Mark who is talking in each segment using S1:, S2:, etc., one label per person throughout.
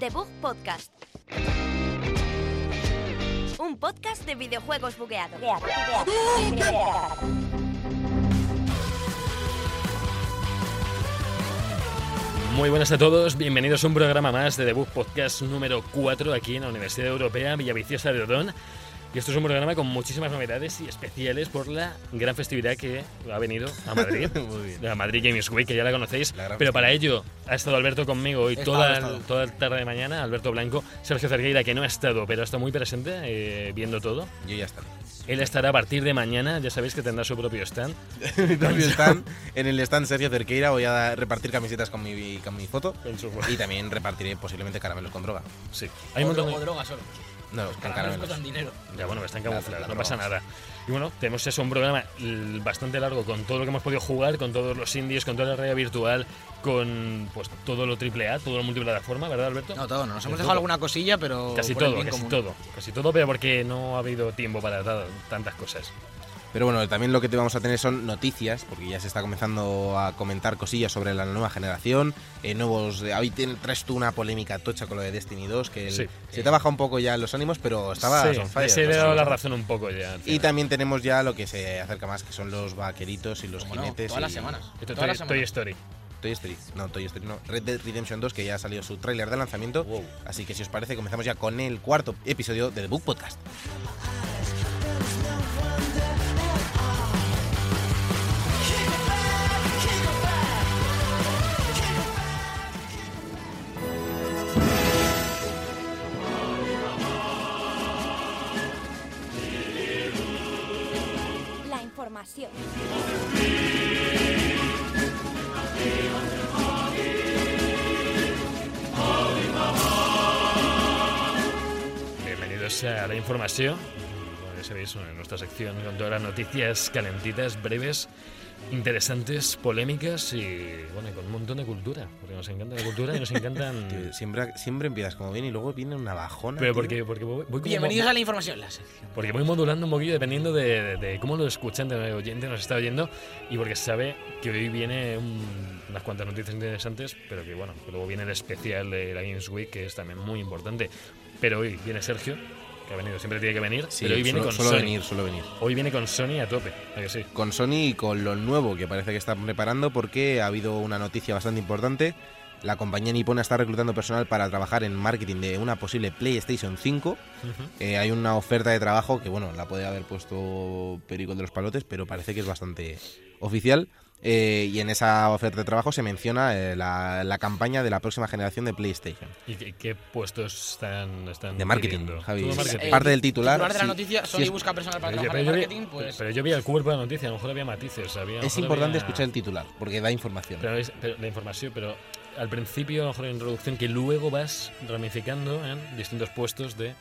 S1: The Bug Podcast. Un podcast de videojuegos bugueados.
S2: Muy buenas a todos, bienvenidos a un programa más de The Book Podcast número 4 aquí en la Universidad Europea Villaviciosa de Odón. Y esto es un programa con muchísimas novedades y especiales por la gran festividad que ha venido a Madrid,
S3: Muy bien.
S2: la Madrid Games Week, que ya la conocéis.
S3: La gran
S2: pero para ello ha estado Alberto conmigo hoy
S3: He
S2: toda,
S3: estado, he estado.
S2: toda la tarde de mañana, Alberto Blanco, Sergio Cerqueira, que no ha estado, pero ha estado muy presente eh, viendo todo.
S3: Yo ya está.
S2: Él estará a partir de mañana, ya sabéis que tendrá su propio stand.
S3: Entonces están en el stand Sergio Cerqueira. Voy a da- repartir camisetas con mi, con mi foto.
S2: Con su-
S3: Y también repartiré posiblemente caramelos con droga.
S2: Sí, hay un
S4: o,
S2: montón
S4: dro-
S2: de-
S4: o drogas solo.
S3: No, con
S4: Caramelos
S3: caramelos.
S4: cuestan dinero.
S2: Ya bueno, que están
S3: Nada,
S2: camuflados,
S3: nada,
S2: no
S3: no
S2: pasa
S3: vamos.
S2: nada. Y bueno, tenemos eso, un programa l- bastante largo con todo lo que hemos podido jugar, con todos los indies, con toda la realidad virtual, con pues todo lo AAA, todo lo multiplataforma, ¿verdad, Alberto?
S4: No, todo, no. Nos hemos
S2: Todo.
S4: dejado alguna cosilla, pero.
S2: casi
S4: por el
S2: todo,
S4: bien
S2: casi
S4: común.
S2: todo. Casi todo, pero porque no ha habido tiempo para ta- tantas cosas.
S3: Pero bueno, también lo que te vamos a tener son noticias, porque ya se está comenzando a comentar cosillas sobre la nueva generación, eh, nuevos... eh, Hoy te- traes tú una polémica tocha con lo de Destiny 2, que el-
S2: Sí.
S3: se te ha bajado un poco ya los ánimos, pero estaba
S2: sí,
S3: on fire,
S2: les he
S3: los
S2: dado la
S3: ánimos.
S2: razón un poco ya. al
S3: Y
S2: final.
S3: también tenemos ya lo que se acerca más, que son los vaqueritos y los
S4: Como no,
S3: jinetes.
S4: todas las
S3: y-
S4: semanas.
S2: Esto-
S4: todas
S2: Toy,
S4: las
S2: Toy
S4: semanas.
S2: Story.
S3: Toy Story, no, Toy Story no, Red Dead Redemption 2, que ya ha salido su tráiler de lanzamiento.
S2: Wow.
S3: Así que si os parece, comenzamos ya con el cuarto episodio de The Book Podcast.
S1: La información.
S2: Bienvenidos a la información. Como ya sabéis, en nuestra sección con todas las noticias calentitas, breves, interesantes, polémicas y bueno, y con un montón de cultura. Porque nos encanta la cultura y nos encantan.
S3: Tío, siempre, siempre empiezas como bien y luego viene una bajona.
S2: Mm. Pero
S3: tío.
S2: porque, porque voy, voy como-
S4: Bienvenidos a la información, la sección.
S2: porque voy modulando un poquillo dependiendo de, de- de cómo lo escuchan, de oyente nos está oyendo y porque sabe que hoy viene un- unas cuantas noticias interesantes, pero que bueno, que luego viene el especial de la Games Week, que es también muy importante. Pero hoy viene Sergio, que ha venido, siempre tiene que venir,
S3: Sí,
S2: pero hoy viene
S3: suelo-
S2: con
S3: suelo
S2: Sony.
S3: venir, suelo venir.
S2: Hoy viene con Sony a tope, ¿a que sí?
S3: Con Sony y con lo nuevo que parece que están preparando, porque ha habido una noticia bastante importante. La compañía nipona está reclutando personal para trabajar en marketing de una posible PlayStation 5. Eh, hay una oferta de trabajo que, bueno, la puede haber puesto Perico el de los Palotes, pero parece que es bastante oficial. Eh, y en esa oferta de trabajo se menciona eh, la, la campaña de la próxima generación de PlayStation.
S2: ¿Y qué, qué puestos están, están
S3: De marketing,
S2: pidiendo?
S3: Javi.
S2: Todo
S3: Sí,
S2: marketing.
S3: eh, Parte del titular,
S4: de la
S3: sí.
S4: noticia,
S3: Sí,
S4: Sony
S3: es-
S4: busca personal para
S2: Pero yo-
S4: trabajar
S2: pero
S4: en
S2: yo vi-
S4: marketing, pues.
S2: pero yo vi el cuerpo de la noticia, a lo mejor había matices. Había, a lo
S3: Es
S2: mejor
S3: importante
S2: había-
S3: escuchar el titular, porque da información.
S2: pero es- pero la información, pero al principio, a lo mejor la introducción, que luego vas ramificando en distintos puestos de...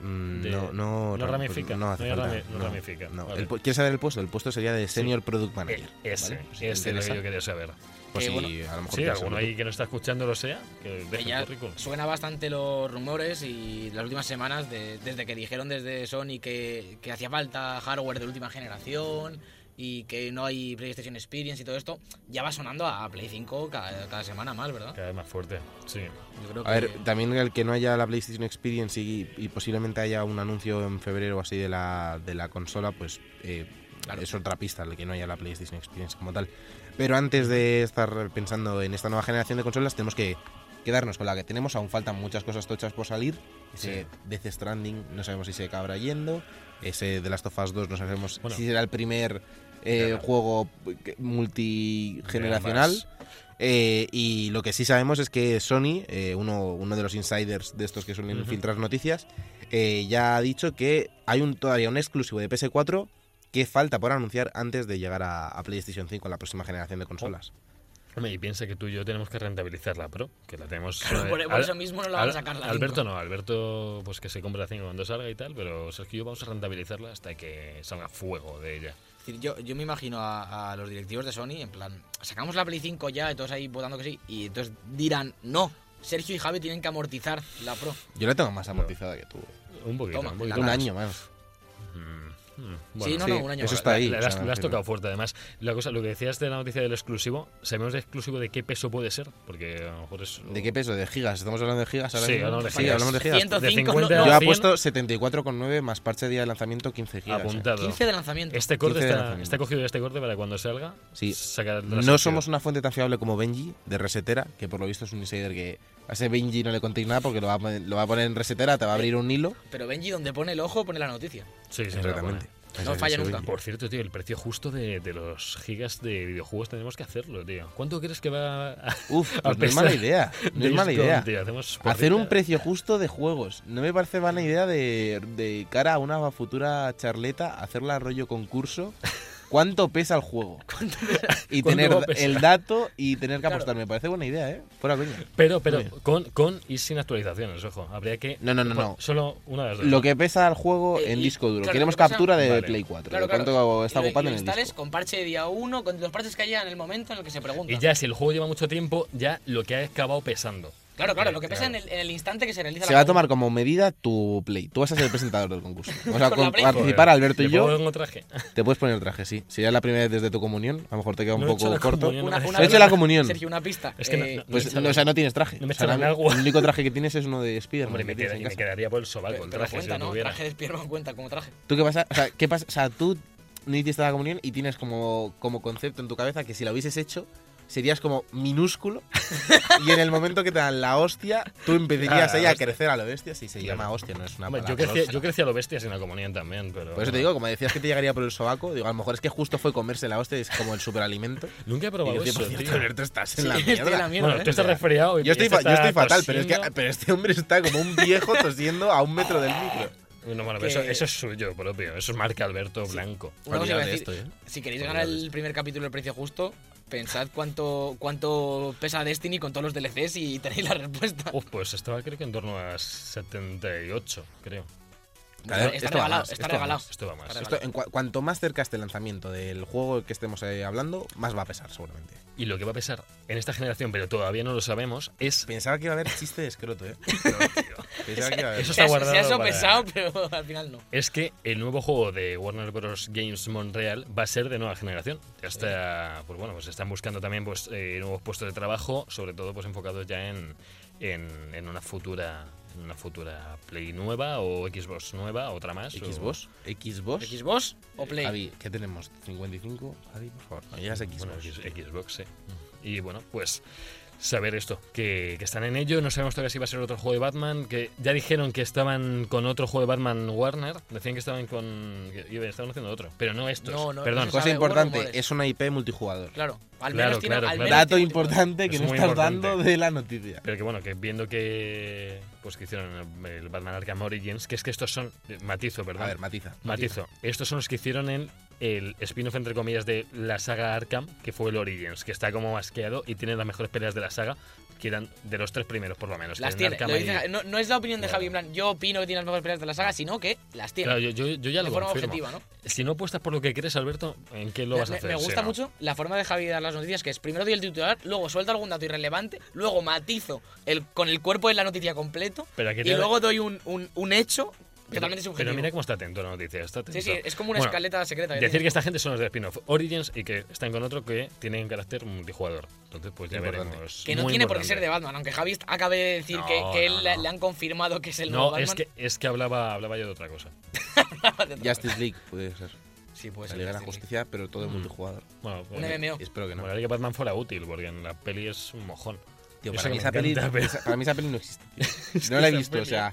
S3: Mm,
S2: de-
S3: no, no,
S2: no ramifica,
S3: No,
S2: no
S3: hace
S2: hay
S3: falta,
S2: rami- no ramifica,
S3: no.
S2: vale. E,
S3: El pu- ¿Quieres saber el puesto? El puesto sería de Senior Product Manager.
S2: ese,
S3: ¿vale? Si
S2: ese
S3: te
S2: es lo
S3: interesa,
S2: que yo quería saber.
S3: pues
S4: Eh,
S3: sí,
S4: bueno.
S3: a lo mejor
S2: Sí,
S3: quieres
S2: alguno
S3: saberlo.
S2: ahí que no está escuchando lo sea, que
S4: que
S2: deje el
S4: ya
S2: currículum.
S4: suena bastante los rumores y las últimas semanas, de- desde que dijeron desde Sony que, que hacía falta hardware de última generación y que no hay PlayStation Experience y todo esto, ya va sonando a Play 5 cada, cada semana más, ¿verdad?
S2: Cada vez más fuerte, sí.
S4: Yo creo
S3: A ver, también el que no haya la PlayStation Experience y, y posiblemente haya un anuncio en febrero o así de la, de la consola, pues eh, es otra pista el que no haya la PlayStation Experience como tal. Pero antes de estar pensando en esta nueva generación de consolas, tenemos que quedarnos con la que tenemos. Aún faltan muchas cosas tochas por salir. Ese Death Stranding no sabemos si se acabará yendo. Ese The Last of Us 2 no sabemos
S2: Bueno.
S3: si será el primer eh,
S2: Claro.
S3: juego que- multigeneracional. Eh, y lo que sí sabemos es que Sony, eh, uno, uno de los insiders de estos que suelen
S2: Ujú.
S3: filtrar noticias, eh, ya ha dicho que hay un, todavía un exclusivo de PS4 que falta por anunciar antes de llegar a, a PlayStation 5, a la próxima generación de consolas.
S2: Hombre, y piensa que tú y yo tenemos que rentabilizar la Pro, que la tenemos...
S4: Claro,
S2: eh,
S4: por, por
S2: al-
S4: eso mismo no la van a
S2: Al-
S4: sacar la
S2: Alberto
S4: cinco.
S2: no, Alberto pues que se compra la 5 cuando salga y tal, pero Sergio y yo vamos a rentabilizarla hasta que salga fuego de ella.
S4: Es decir, yo, yo me imagino a, a los directivos de Sony en plan, sacamos la Play 5 ya y todos ahí votando que sí, y entonces dirán, no, Sergio y Javi tienen que amortizar la Pro.
S3: Yo la tengo más amortizada que tú.
S2: Un poquito,
S4: Toma,
S2: un
S3: Un
S2: poquito.
S4: la-
S2: más.
S3: año más.
S2: Mm, Hmm,
S4: sí, no,
S3: sí,
S4: no, un año
S3: eso
S4: más.
S3: está ahí.
S2: Le,
S3: o
S2: le has,
S3: sea,
S2: le has
S3: que-
S2: tocado fuerte, además. La cosa, lo que decías de la noticia del exclusivo, ¿sabemos de exclusivo de qué peso puede ser? Porque a lo mejor es.
S3: ¿De qué peso? ¿De gigas? ¿Estamos hablando de gigas? ahora
S2: Sí,
S3: mismo?
S2: hablamos de
S3: Sí,
S2: gigas.
S3: hablamos de gigas.
S4: 100
S2: De
S4: 105,
S2: 50
S4: no,
S3: Yo
S2: a
S3: he
S2: 100,
S3: puesto 74,9 más parche de día de lanzamiento 15 gigas. eh.
S2: apuntado.
S4: 15 de lanzamiento.
S2: Este corte
S3: 15 de
S2: está,
S3: lanzamiento.
S2: está cogido de este corte para cuando salga.
S3: Sí.
S2: sacar el
S3: No
S2: trasero.
S3: somos una fuente tan fiable como Benji de Resetera, que por lo visto es un insider que a ese Benji no le contéis nada porque lo va, a poner- lo va a poner en Resetera, te va a abrir un hilo.
S4: Pero Benji, donde pone el ojo, pone la noticia.
S2: Sí, sí, se la
S3: Exactamente.
S2: pone.
S3: Ese
S4: No
S3: es
S4: falla
S3: ese
S4: nunca.
S3: Benji.
S2: Ah, Por cierto, tío, el precio justo de, de los gigas de videojuegos tenemos que hacerlo, tío. ¿Cuánto crees que va a.?
S3: Uf,
S2: a
S3: pues no es
S2: pesar
S3: mala idea. No
S2: de
S3: es mala
S2: Discord,
S3: idea.
S2: tío? Hacemos
S3: Hacer un
S2: porrita.
S3: precio justo de juegos. No me parece mala idea de, de cara a una futura charleta hacerla rollo concurso. ¿Cuánto pesa el juego? y
S2: cuánto
S3: tener
S2: va a pesar?
S3: el dato y tener que
S4: Claro.
S3: apostar. Me parece buena idea, ¿eh? Fuera coña.
S2: Pero, pero,
S3: Muy bien.
S2: con, con y sin actualizaciones, ojo. Habría que.
S3: No, no, no, no.
S2: Solo una de las dos.
S3: Lo que pesa el juego
S4: Eh,
S3: en
S4: y-
S3: disco duro.
S4: claro,
S3: Queremos
S4: lo que pesa-
S3: captura de
S2: Vale.
S3: Play 4.
S4: Claro,
S3: de cuánto
S4: claro.
S3: está
S4: Y lo- y
S3: ocupando
S4: lo
S3: en el
S4: instales
S3: disco.
S4: con parche de día 1, con los parches que haya en el momento en el que se pregunta.
S2: Y ya, si el juego lleva mucho tiempo, ya lo que ha excavado pesando.
S4: Claro, claro, lo que pesa
S2: Claro.
S4: en, el, en el instante que se realiza
S3: Se
S4: la
S3: va a tomar como medida tu Play. Tú vas a ser el presentador del concurso. Vamos a
S4: Con la
S3: con-
S4: Play.
S3: participar Alberto y
S2: ¿Le
S3: yo.
S2: pongo en otro traje?
S3: Te puedes poner el traje, sí. Si ya es la primera vez desde tu comunión, a lo mejor te queda un
S2: No he hecho
S3: poco
S2: la
S3: corto.
S2: comunión, no me
S3: He hecho la comunión.
S4: Sergio, una pista.
S2: Es que no-
S4: Eh,
S2: no-
S3: Pues,
S2: me echan-
S3: no, o sea, no tienes traje.
S2: no me
S3: O sea,
S2: echan
S3: ahora
S2: en agua.
S3: El único traje que tienes es uno de Spider-Man.
S2: Hombre, me,
S3: que tienes
S2: queda-
S3: en
S2: me
S3: casa.
S2: quedaría por el sobaco el
S4: pero
S2: traje, si
S4: cuenta,
S2: lo
S4: ¿no?
S2: tuviera.
S4: Traje de Spiderman cuenta como traje.
S3: ¿Tú qué pasa? O sea, ¿qué pasa? O sea, tú no hiciste la comunión y tienes como, como concepto en tu cabeza que si la hubieses hecho serías como minúsculo y en el momento que te dan la hostia tú empezarías
S2: Ah,
S3: ahí a
S2: hostia.
S3: crecer a lo bestia si se
S2: Claro.
S3: llama hostia no es una
S2: Hombre,
S3: palabra
S2: yo, crecí, yo crecí a lo bestia sin la comunión también, pero...
S3: por eso te digo como decías que te llegaría por el sobaco digo a lo mejor es que justo fue comerse la hostia es como el superalimento
S2: Nunca he
S3: y
S2: probado
S3: yo, tío,
S2: eso,
S3: por
S2: tío.
S3: cierto, Alberto estás en la
S4: Estoy en
S3: mierda
S4: Este la mierda,
S2: Bueno,
S4: ¿eh?
S2: tú estás
S3: O sea,
S2: resfriado y
S3: yo estoy,
S2: y
S3: fa-
S2: está
S3: yo estoy fatal, pero, es
S2: tosiendo.
S3: que, pero este hombre está como un viejo tosiendo a un metro del micro.
S2: No, bueno, pero eso,
S4: que-
S2: eso es suyo propio. Eso es marca Alberto Blanco.
S4: Una cosa iba a
S2: Olvidad de
S4: decir,
S2: esto, ¿eh?
S4: Si queréis
S2: Olvidad
S4: ganar
S2: de
S4: el primer capítulo del precio justo, pensad cuánto, cuánto pesa Destiny con todos los DLCs y tenéis la respuesta.
S2: Uf, pues estaba creo que en torno a 78, creo.
S3: Claro,
S4: está
S3: esto va
S4: regalado,
S3: más,
S4: está
S3: esto va
S4: regalado.
S3: más,
S2: Esto va más.
S4: Vale,
S3: Esto, en cua- cuanto más cerca esté el lanzamiento del juego que estemos eh, hablando, más va a pesar seguramente.
S2: Y lo que va a pesar en esta generación, pero todavía no lo sabemos, es...
S3: Pensaba que iba a haber chiste de escroto, ¿eh? Pensaba que iba a haber.
S2: Eso
S4: Se
S2: está
S4: ha-
S2: guardado
S4: Se ha
S2: para-
S4: sopesado, pero al final no.
S2: es que el nuevo juego de Warner Bros. Games Montreal va a ser de nueva generación. Ya está, pues bueno, pues están buscando también pues, eh, nuevos puestos de trabajo, sobre todo pues enfocados ya en, en, en una futura en una futura Play nueva o Xbox nueva, otra más. o-
S3: Xbox, Xbox,
S4: ¿Xbox o Play?
S3: Javi, ¿qué tenemos? 55, Javi, por favor, no llegas a Xbox.
S2: Bueno, X- Xbox, sí. Y bueno, pues saber esto, que, que están en ello. No sabemos todavía si va a ser otro juego de Batman, que ya dijeron que estaban con otro juego de Batman Warner, decían que estaban con... que iban- estaban haciendo otro, pero no estos.
S4: No, no,
S2: Perdón,
S4: no se
S3: Cosa
S4: sabe, hubo
S3: importante,
S4: rumores.
S3: es una IP multijugador.
S4: Claro, al
S2: Claro,
S4: menos tiene,
S2: claro,
S4: al
S2: claro.
S4: menos
S3: Dato
S4: tiene-
S3: importante que
S2: Es
S3: no
S2: muy
S3: estás
S2: importante.
S3: dando de la noticia.
S2: Pero que bueno, que viendo que pues que hicieron el Batman Arkham Origins, que es que estos son eh, matizo, perdón.
S3: A ver, matiza.
S2: matizo. Estos son los que hicieron el el spin-off entre comillas de la saga Arkham, que fue el Origins, que está como asqueado y tiene las mejores peleas de la saga, que eran de los tres primeros por lo menos. que
S4: Las
S2: eran
S4: tiene.
S2: Arkham
S4: lo
S2: y-
S4: dice- no, no es la opinión de
S2: Claro.
S4: Javi, en plan, yo opino que tiene las mejores peleas de la saga, sino que las tiene.
S2: Claro, yo, yo- yo ya
S4: de
S2: lo
S4: forma
S2: confirmo.
S4: objetiva, ¿no?
S2: Si no apuestas por lo que crees, Alberto, ¿en qué lo vas a
S4: me,
S2: hacer?
S4: me
S2: Sí,
S4: gusta
S2: ¿no?
S4: mucho la forma de Javi de dar las noticias, que es primero doy el titular, luego suelto algún dato irrelevante, luego matizo el, con el cuerpo de la noticia completo
S2: Pero aquí
S4: y
S2: te-
S4: luego doy un, un- un hecho totalmente subjetivo.
S2: Pero mira cómo está atento la noticia. Está atento.
S4: sí, sí, es como una
S2: Bueno,
S4: escaleta secreta.
S2: Decir
S4: tiene.
S2: que esta gente son los de spin-off Origins y que están con otro que tiene un carácter multijugador. Entonces, pues ya
S3: Importante.
S2: veremos.
S4: Que no
S2: Muy
S4: tiene por qué ser de
S2: importante.
S4: Batman, aunque Javi acabe de decir
S2: No,
S4: que, que
S2: no,
S4: él le-
S2: no.
S4: le han confirmado que es el nuevo
S2: No,
S4: Batman.
S2: es que, es que hablaba, hablaba yo de otra cosa.
S3: Justice League, puede ser.
S4: Sí, pues
S3: La Liga de la Justicia, pero todo en
S2: Mm.
S3: multijugador.
S2: Bueno,
S4: Un MMO.
S3: Espero que no.
S2: molaría que Batman fuera útil, porque en la peli es un mojón. Yo
S3: Tío, para,
S2: sé
S3: mí
S2: que
S3: esa
S2: me
S3: peli,
S2: encanta, pero-
S3: esa- para mí esa peli no existe. tío. no la he
S2: esa
S3: visto, o
S2: peli-
S3: sea,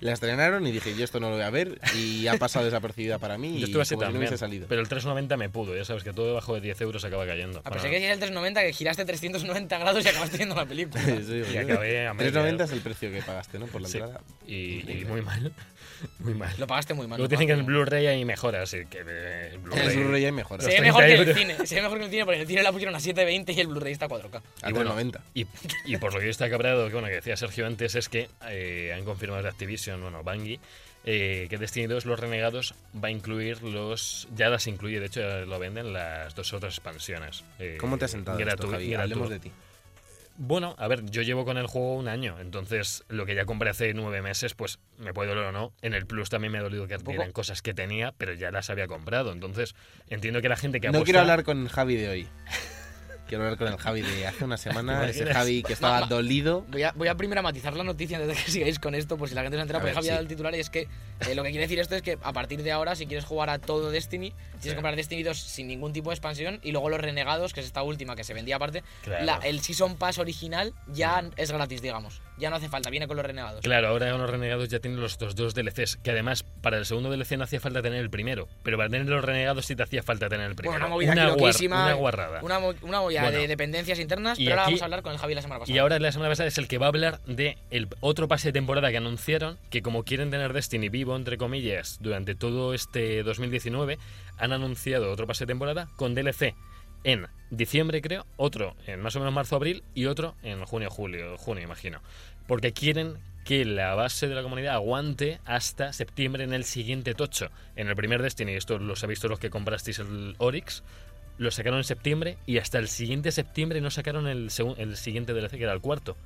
S3: la estrenaron y dije, yo esto no lo voy a ver y ha pasado desapercibida para mí
S2: Yo
S3: y
S2: estuve así
S3: como si no
S2: también.
S3: hubiese salido.
S2: pero el 390 me pudo, ya sabes que todo debajo de 10 euros acaba cayendo.
S4: A
S3: Ah,
S2: Bueno,
S4: pesar Ah, pues que decías el 390, que giraste 390 grados y acabaste viendo la película.
S3: Sí, sí,
S2: y
S3: yo-
S2: acabé a media.
S3: 3.90 es el precio que pagaste, ¿no? Por la
S2: Sí.
S3: entrada.
S2: Y, y muy mal. Muy mal.
S4: Lo pagaste muy mal.
S2: Luego
S4: lo
S2: dicen que en el
S4: pagaste muy
S2: Blu-ray hay mejoras. y que eh, el
S3: En el Blu-ray hay mejor.
S4: mal.
S2: Los
S4: Se ve
S2: 30
S4: mejor que en el
S2: euros.
S4: cine, se ve mejor que en el cine, porque en el cine la pusieron a 720 y el Blu-ray está a 4K.
S3: A
S2: y bueno, eh,
S3: 3.90.
S2: Y, y por lo que yo está cabrado, que bueno, que decía Sergio antes, es que eh, han confirmado de Activision, bueno, Bungie, eh, que Destiny 2, los renegados, va a incluir los. Ya las incluye, de hecho, ya lo venden las dos otras expansiones. eh,
S3: ¿Cómo te has sentado
S2: gratu-
S3: esto, Javi?
S2: gratu-
S3: Hablemos de ti.
S2: Bueno, a ver, yo llevo con el juego un año, entonces lo que ya compré hace nueve meses, pues me puede doler o no. En el Plus también me ha dolido que
S4: poco.
S2: adquieran cosas que tenía, pero ya las había comprado. Entonces entiendo que la gente que
S3: No
S2: apuesta-
S3: quiero hablar con Javi de hoy. Quiero hablar con el Javi de hace una semana, ese
S2: imaginas?
S3: Javi que estaba dolido.
S4: Voy a, voy a primero a matizar la noticia antes de que sigáis con esto, por si la gente se entera,
S3: A
S4: porque
S3: ver,
S4: Javi ha dado
S3: sí.
S4: el titular y es que eh, lo que quiere decir esto es que a partir de ahora, si quieres jugar a todo Destiny, tienes
S2: Sí.
S4: que comprar Destiny 2 sin ningún tipo de expansión y luego los Renegados, que es esta última que se vendía aparte,
S2: Claro. Mm.
S4: la- el Season Pass original ya es gratis, digamos. Ya no hace falta, viene con los Renegados.
S2: Claro, ahora con los renegados ya tienen los otros dos DLCs, que además para el segundo DLC no hacía falta tener el primero, pero para tener los renegados sí te hacía falta tener el primero.
S4: Bueno, una movida aquí
S2: guar-
S4: loquísima,
S2: una guarrada.
S4: Una, mo- una movida
S2: Bueno.
S4: de dependencias internas,
S2: Y
S4: pero ahora
S2: aquí-
S4: vamos a hablar con el Javi la semana pasada.
S2: Y ahora la semana pasada es el que va a hablar de el otro pase de temporada que anunciaron, que como quieren tener Destiny vivo, entre comillas, durante todo este 2019, han anunciado otro pase de temporada con DLC en diciembre, creo, otro en más o menos marzo-abril y otro en junio-julio, junio, imagino. Porque quieren que la base de la comunidad aguante hasta septiembre en el siguiente tocho. En el primer Destiny, esto los habéis visto los que comprasteis el Oryx, lo sacaron en septiembre y hasta el siguiente septiembre no sacaron el, segun- el siguiente DLC, que era el cuarto.